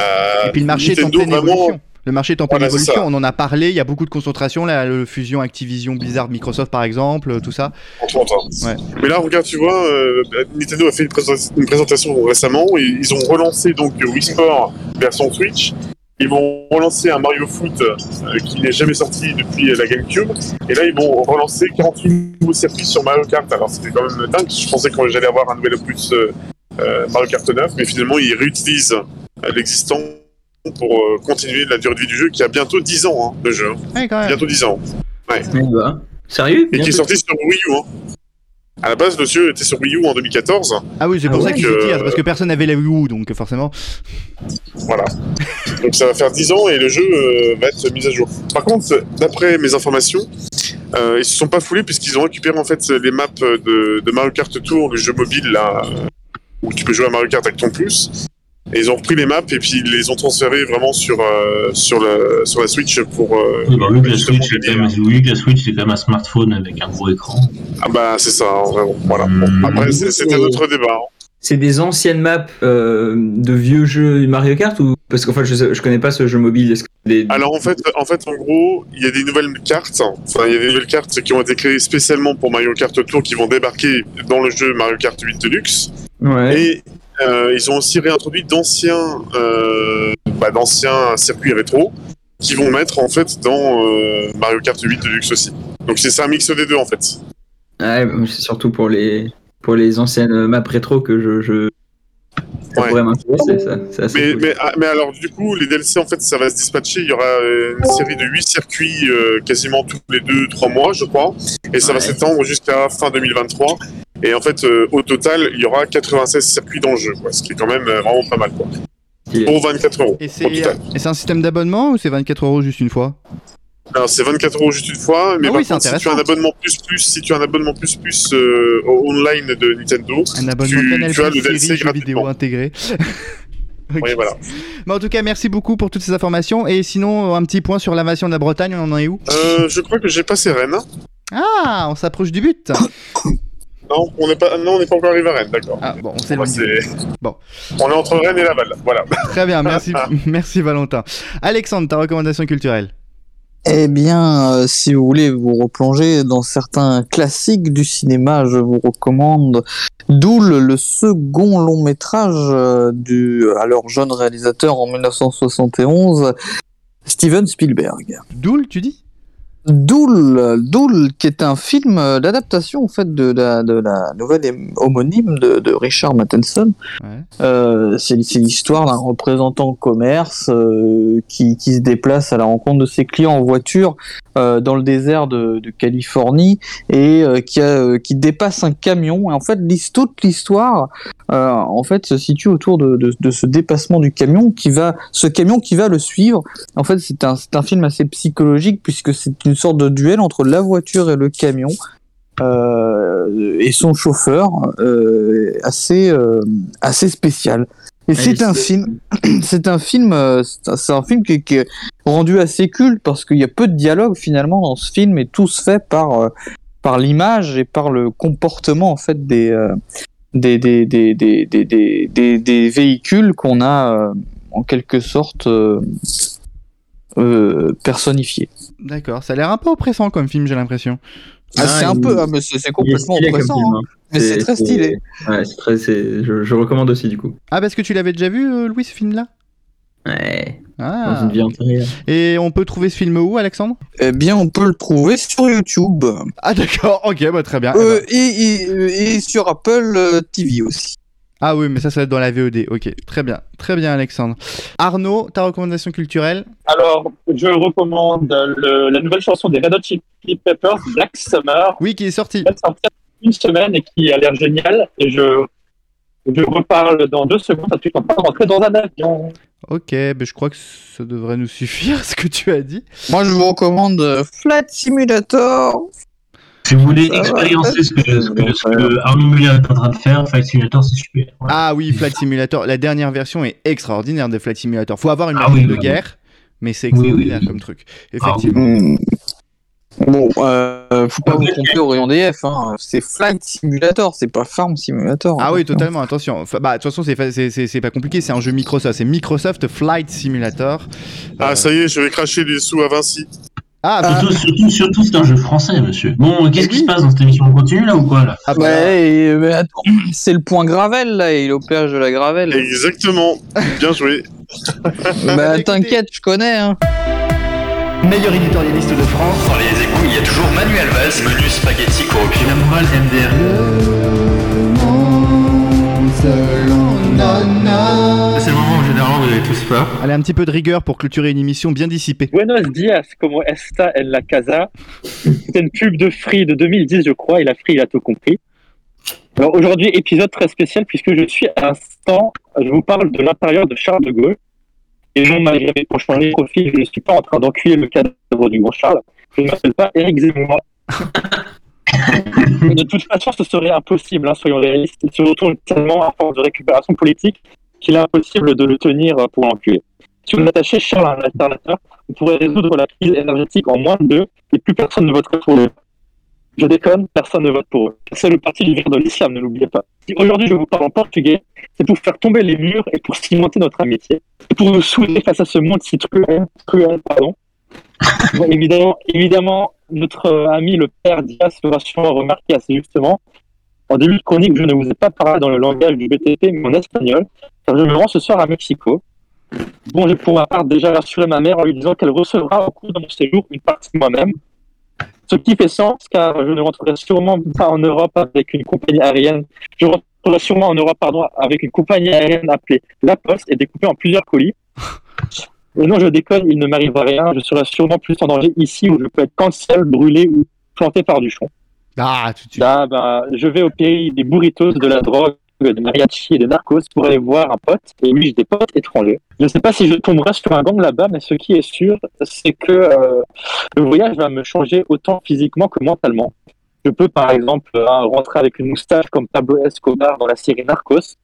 euh,
Et puis le marché est en
Nintendo,
pleine
vraiment,
évolution. Le marché est en pleine
Voilà, c'est ça.
évolution, on en a parlé, il y a beaucoup de concentration, la le fusion Activision, Blizzard, Microsoft par exemple, euh, tout ça.
Entre autres, hein. Mais là, regarde, tu vois, euh, Nintendo a fait une, présen- une présentation récemment. et ils ont relancé donc le Wii Sport version Switch. Ils vont relancer un Mario Foot euh, qui n'est jamais sorti depuis la GameCube. Et là, ils vont relancer 48 nouveaux circuits sur Mario Kart. Alors, c'était quand même dingue. Je pensais que j'allais avoir un nouvel opus euh, euh, Mario Kart 9, mais finalement, ils réutilisent euh, l'existant pour euh, continuer la durée de vie du jeu qui a bientôt 10 ans, hein, le jeu.
Ouais, quand même.
Bientôt 10 ans. Ouais.
Sérieux
Et qui est sorti sur Wii U. Hein. À la base, le jeu était sur Wii U en 2014.
Ah oui, c'est pour ça qu'ils
Donc,
se tirent,
euh,
parce que personne n'avait la Wii U, donc forcément.
Voilà. Donc ça va faire 10 ans et le jeu euh, va être mis à jour. Par contre, d'après mes informations, euh, ils se sont pas foulés puisqu'ils ont récupéré en fait les maps de, de Mario Kart Tour, le jeu mobile là, euh, où tu peux jouer à Mario Kart avec ton plus. Et ils ont repris les maps et puis ils les ont transférés vraiment sur, euh, sur, la, sur la Switch pour. euh,
Oui, bah, vu que la Switch, c'est quand même- vu que la Switch, c'est quand même un smartphone avec un gros écran. Hmm.
Ah bah c'est ça, hein, vraiment.
Ah,
Voilà.
Mm.
Bon, après, c'est- c'était notre débat. hein.
C'est des anciennes maps euh, de vieux jeux Mario Kart ou parce qu'en fait je, sais- je connais pas ce jeu mobile. Est-ce que des-
Alors en fait, en fait, en gros, il y a des nouvelles cartes. Enfin, il y a des nouvelles cartes qui ont été créées spécialement pour Mario Kart Tour, qui vont débarquer dans le jeu Mario Kart 8 Deluxe.
Ouais.
Et euh, ils ont aussi réintroduit d'anciens, euh, bah, d'anciens circuits rétro, qui vont mettre en fait dans euh, Mario Kart 8 Deluxe aussi. Donc c'est c'est un mix des deux en fait.
Ouais, mais c'est surtout pour les pour les anciennes maps rétro que je, je... ça pourrait m'intéresser ça. C'est assez
Mais,
cool.
mais, ah, mais alors du coup, les DLC en fait, ça va se dispatcher. Il y aura euh, une série de 8 circuits euh, quasiment tous les 2-3 mois, je crois. Et ça va s'étendre jusqu'à fin 2023. Et en fait, euh, au total, il y aura 96 circuits dans le jeu, quoi, ce qui est quand même euh, vraiment pas mal. Quoi. Pour 24 euros.
Et
au
c'est
total.
et c'est un système d'abonnement ou c'est 24 euros juste une fois
Alors c'est 24 euros juste une fois, mais
Ah
par
oui, c'est
contre, si tu as un
intéressant.
abonnement plus plus, si tu as un abonnement plus plus euh, au online de Nintendo,
Un abonnement
tu,
Canal
tu as
Plus,
le DLC
série, jeux
gratuit.
vidéo intégré.
Oui, voilà.
Mais en tout cas, merci beaucoup pour toutes ces informations. Et sinon, un petit point sur l'invasion de la Bretagne, on en est où
Euh, je crois que j'ai passé Rennes.
Ah, on s'approche du but
Non, on n'est pas, non, on n'est pas encore arrivé à Rennes, d'accord.
Ah bon, on
s'éloigne.
Bon.
On est entre Rennes et Laval, voilà.
Très bien, merci, merci Valentin. Alexandre, ta recommandation culturelle
Eh bien, euh, si vous voulez vous replonger dans certains classiques du cinéma, je vous recommande Doul, le second long métrage euh, du alors jeune réalisateur en 1971, Steven Spielberg.
Doul, tu dis
Doul, Doul, qui est un film euh, d'adaptation en fait de la, de la nouvelle hém- homonyme de, de Richard Matheson. Euh, c'est c'est l'histoire d'un représentant commerce euh, qui, qui se déplace à la rencontre de ses clients en voiture euh, dans le désert de, de Californie et euh, qui, a, euh, qui dépasse un camion. Et en fait, l'his- toute l'histoire euh, en fait se situe autour de, de- de ce dépassement du camion qui va, ce camion qui va le suivre. En fait, c'est un, c'est un film assez psychologique puisque c'est une sorte de duel entre la voiture et le camion euh, et son chauffeur euh, assez euh, assez spécial. Et c'est un film, c'est un film, euh, c'est un- c'est un film qui, qui est rendu assez culte parce qu'il y a peu de dialogue finalement dans ce film et tout se fait par euh, par l'image et par le comportement en fait des euh, des, des, des, des, des, des, des- des véhicules qu'on a euh, en quelque sorte euh, euh, personnifiés.
D'accord, ça a l'air un peu oppressant comme film, j'ai l'impression.
Ah, c'est un peu, ah, mais c'est c'est complètement
stylé comme
oppressant.
film,
hein.
hein.
Mais c'est très stylé.
Ouais, c'est très, c'est- je, je recommande aussi du coup.
Ah, parce que tu l'avais déjà vu, euh, Louis, ce film-là
Ouais.
Ah.
Dans une vie antérieure.
Et on peut trouver ce film où, Alexandre
Eh bien, on peut le trouver sur YouTube.
Ah, d'accord, ok, bah, très bien. Eh
Euh,
ben-
et, et- et sur Apple euh, TV aussi.
Ah oui, mais ça, ça va être dans la VOD, ok, très bien, très bien, Alexandre. Arnaud, ta recommandation culturelle
Alors, je recommande le- la nouvelle chanson des Red Hot Chili Peppers, Black Summer.
Oui, qui est sortie.
Elle est sortie une semaine et qui a l'air géniale. Et je, je reparle dans deux secondes parce que je suis en train de rentrer dans un avion.
Ok, bah, je crois que ça devrait nous suffire, ce que tu as dit.
Moi, je vous recommande euh, Flat Simulator.
Si vous voulez
Ça va.
expériencer ce que, ce que, ce que Arnaud Muller est en train de faire, Flight Simulator, c'est super.
Ah oui, Flight Simulator. La dernière version est extraordinaire de Flight Simulator. Faut avoir une
Ah
machine
oui,
de
oui,
guerre, mais c'est extraordinaire comme truc.
Ah
Effectivement.
Hmm. Bon, euh, faut pas vous tromper au rayon des F. hein. C'est Flight Simulator, c'est pas Farm Simulator.
Ah oui, totalement, attention. Enfin, bah, de toute façon, c'est fa- c'est- c'est c'est pas compliqué, c'est un jeu Microsoft. C'est Microsoft Flight Simulator. Euh,
Ah, ça y est, je vais cracher des sous à Vinci.
Ah,
surtout, surtout, surtout, c'est un jeu français, monsieur. Bon, qu'est-ce qui se passe dans cette émission On continue là ou quoi là
Ouais, et- mais attends, c'est le point Gravel là, et il est au péage de la Gravel.
Exactement, bien joué.
bah t'inquiète, je connais. Hein.
Meilleur éditorialiste de France. Dans les échos, il y a toujours Manuel Valls, menu spaghetti corruption. La morale MDR.
C'est le moment où généralement vous avez tous peur. Allez, un petit peu de rigueur pour clôturer une émission bien dissipée.
Buenos dias, como esta en la casa C'était une pub de Free de 2010, je crois, et la Free, il a tout compris. Alors aujourd'hui, épisode très spécial, puisque je suis à l'instant, je vous parle de l'intérieur de Charles de Gaulle. Et non, malgré mes prochains les profils, je ne suis pas en train d'enculer le cadavre du grand Charles. Je ne m'appelle pas Eric Zemmour. de toute façon, ce serait impossible, hein, soyons réalistes. Il se retourne tellement à force de récupération politique qu'il est impossible de le tenir euh, pour l'enculer. Si on attachait Charles à un alternateur, on pourrait résoudre la crise énergétique en moins de deux et plus personne ne voterait pour eux. Je déconne, personne ne vote pour eux. C'est le parti du vire de l'islam, ne l'oubliez pas. Si aujourd'hui je vous parle en portugais, c'est pour faire tomber les murs et pour cimenter notre amitié, et pour nous souder face à ce monde si cruel, cruel pardon, Bon, évidemment, évidemment, notre euh, ami le père Dias fera sûrement remarquer assez justement. En début de chronique, je ne vous ai pas parlé dans le langage du BTP, mais en espagnol, car je me rends ce soir à Mexico. Bon, j'ai pour ma part déjà rassuré ma mère en lui disant qu'elle recevra au cours de mon séjour une partie de moi-même. Ce qui fait sens, car je ne rentrerai sûrement pas en Europe avec une compagnie aérienne. Je rentrerai sûrement en Europe, pardon, avec une compagnie aérienne appelée La Poste et découpée en plusieurs colis. Et non, je déconne, il ne m'arrivera rien. Je serai sûrement plus en danger ici où je peux être cancel, brûlé ou planté par du chon.
Ah,
Là, bah, je vais au pays des burritos, de la drogue, des mariachis et des narcos pour aller voir un pote. Et lui, j'ai des potes étrangers. Je ne sais pas si je tomberai sur un gang là-bas, mais ce qui est sûr, c'est que euh, le voyage va me changer autant physiquement que mentalement. Je peux, par exemple, hein, rentrer avec une moustache comme Pablo Escobar dans la série Narcos.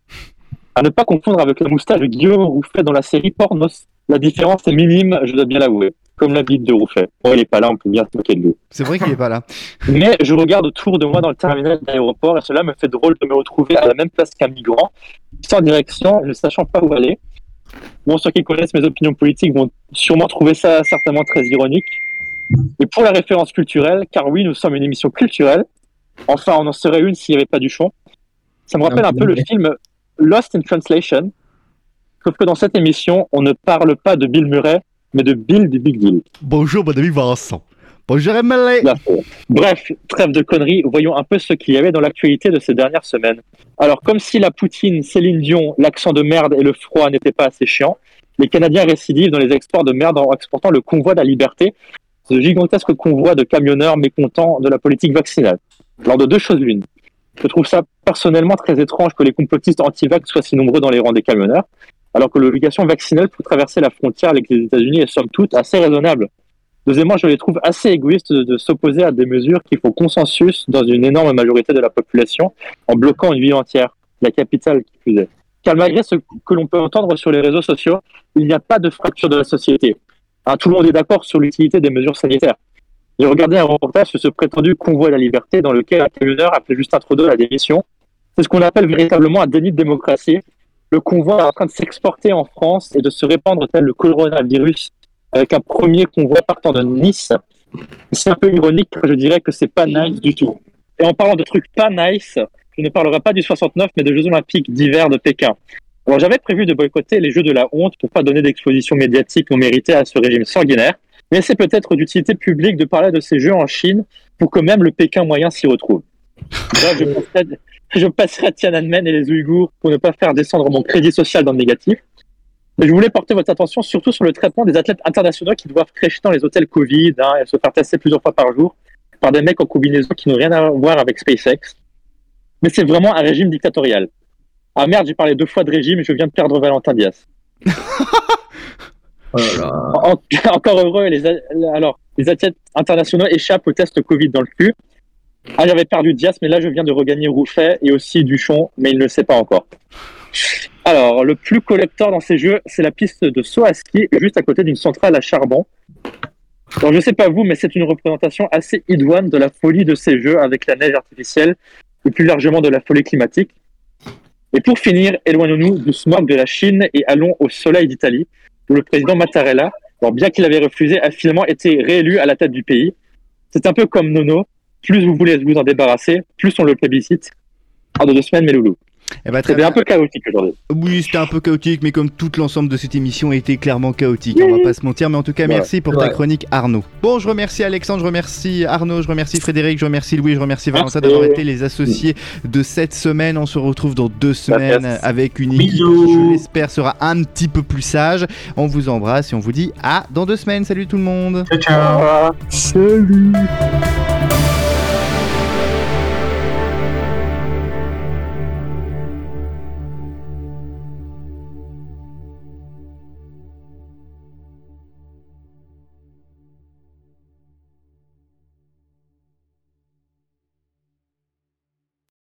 À ne pas confondre avec la moustache de Guillaume Rouffet dans la série Pornos. La différence est minime, je dois bien l'avouer. Comme la bite de Rouffet. Bon, il est pas là, on peut bien se moquer de lui.
C'est vrai qu'il est pas là.
Mais je regarde autour de moi dans le terminal d'aéroport et cela me fait drôle de me retrouver à la même place qu'un migrant, sans direction, ne sachant pas où aller. Bon, ceux qui connaissent mes opinions politiques vont sûrement trouver ça certainement très ironique. Et pour la référence culturelle, car oui, nous sommes une émission culturelle, enfin on en serait une s'il n'y avait pas du chant, ça me rappelle un peu le film Lost in Translation, sauf que dans cette émission, on ne parle pas de Bill Murray, mais de Bill du Big Deal.
Bonjour, mon ami Vincent. Bonjour, Emily.
Bref, trêve de conneries, voyons un peu ce qu'il y avait dans l'actualité de ces dernières semaines. Alors, comme si la Poutine, Céline Dion, l'accent de merde et le froid n'étaient pas assez chiants, les Canadiens récidivent dans les exports de merde en exportant le convoi de la liberté, ce gigantesque convoi de camionneurs mécontents de la politique vaccinale. Lors de deux choses l'une. Je trouve ça personnellement très étrange que les complotistes anti-vax soient si nombreux dans les rangs des camionneurs, alors que l'obligation vaccinale pour traverser la frontière avec les États-Unis est somme toute assez raisonnable. Deuxièmement, je les trouve assez égoïstes de, de s'opposer à des mesures qui font consensus dans une énorme majorité de la population en bloquant une ville entière, la capitale qui plus est. Car malgré ce que l'on peut entendre sur les réseaux sociaux, il n'y a pas de fracture de la société. Hein, tout le monde est d'accord sur l'utilité des mesures sanitaires. J'ai regardé un reportage sur ce prétendu convoi de la liberté dans lequel un camionneur appelait Justin Trudeau à la démission. C'est ce qu'on appelle véritablement un déni de démocratie. Le convoi est en train de s'exporter en France et de se répandre tel le coronavirus avec un premier convoi partant de Nice. C'est un peu ironique, car je dirais que c'est pas nice du tout. Et en parlant de trucs pas nice, je ne parlerai pas du 69, mais des Jeux Olympiques d'hiver de Pékin. Alors j'avais prévu de boycotter les Jeux de la honte pour pas donner d'exposition médiatique non méritée à ce régime sanguinaire, mais c'est peut-être d'utilité publique de parler de ces Jeux en Chine pour que même le Pékin moyen s'y retrouve. Bref, je passerai- je passerai à Tiananmen et les Ouïghours pour ne pas faire descendre mon crédit social dans le négatif. Mais je voulais porter votre attention surtout sur le traitement des athlètes internationaux qui doivent crècher dans les hôtels Covid hein, et se faire tester plusieurs fois par jour par des mecs en combinaison qui n'ont rien à voir avec SpaceX. Mais c'est vraiment un régime dictatorial. Ah merde, j'ai parlé deux fois de régime et je viens de perdre Valentin Dias. En- encore heureux, les, a- alors, les athlètes internationaux échappent au test Covid dans le cul. Ah, j'avais perdu Dias, mais là, je viens de regagner Rouffet et aussi Duchon, mais il ne le sait pas encore. Alors, le plus collector dans ces jeux, c'est la piste de saut à ski, juste à côté d'une centrale à charbon. Alors, je sais pas vous, mais c'est une représentation assez idoine de la folie de ces jeux avec la neige artificielle et plus largement de la folie climatique. Et pour finir, éloignons-nous du smog de la Chine et allons au soleil d'Italie, où le président Mattarella Alors, bien qu'il avait refusé, a finalement été réélu à la tête du pays. C'est un peu comme Nono. Plus vous voulez vous en débarrasser, plus on le plébiscite. En deux semaines, mes loulous.
Eh ben, très
C'était un peu chaotique aujourd'hui.
Euh,
Oui, c'était un peu chaotique, mais comme tout l'ensemble de cette émission a été clairement chaotique, on va pas se mentir. Mais en tout cas,
Ouais,
merci pour ta
ouais.
chronique, Arnaud. Bon, je remercie Alexandre, je remercie Arnaud, je remercie Frédéric, je remercie Louis, je remercie Valentin
Merci.
d'avoir été les associés de cette semaine. On se retrouve dans deux semaines
passe.
avec une équipe qui, je l'espère, sera un petit peu plus sage. On vous embrasse et on vous dit à dans deux semaines. Salut tout le monde.
ciao.
Salut.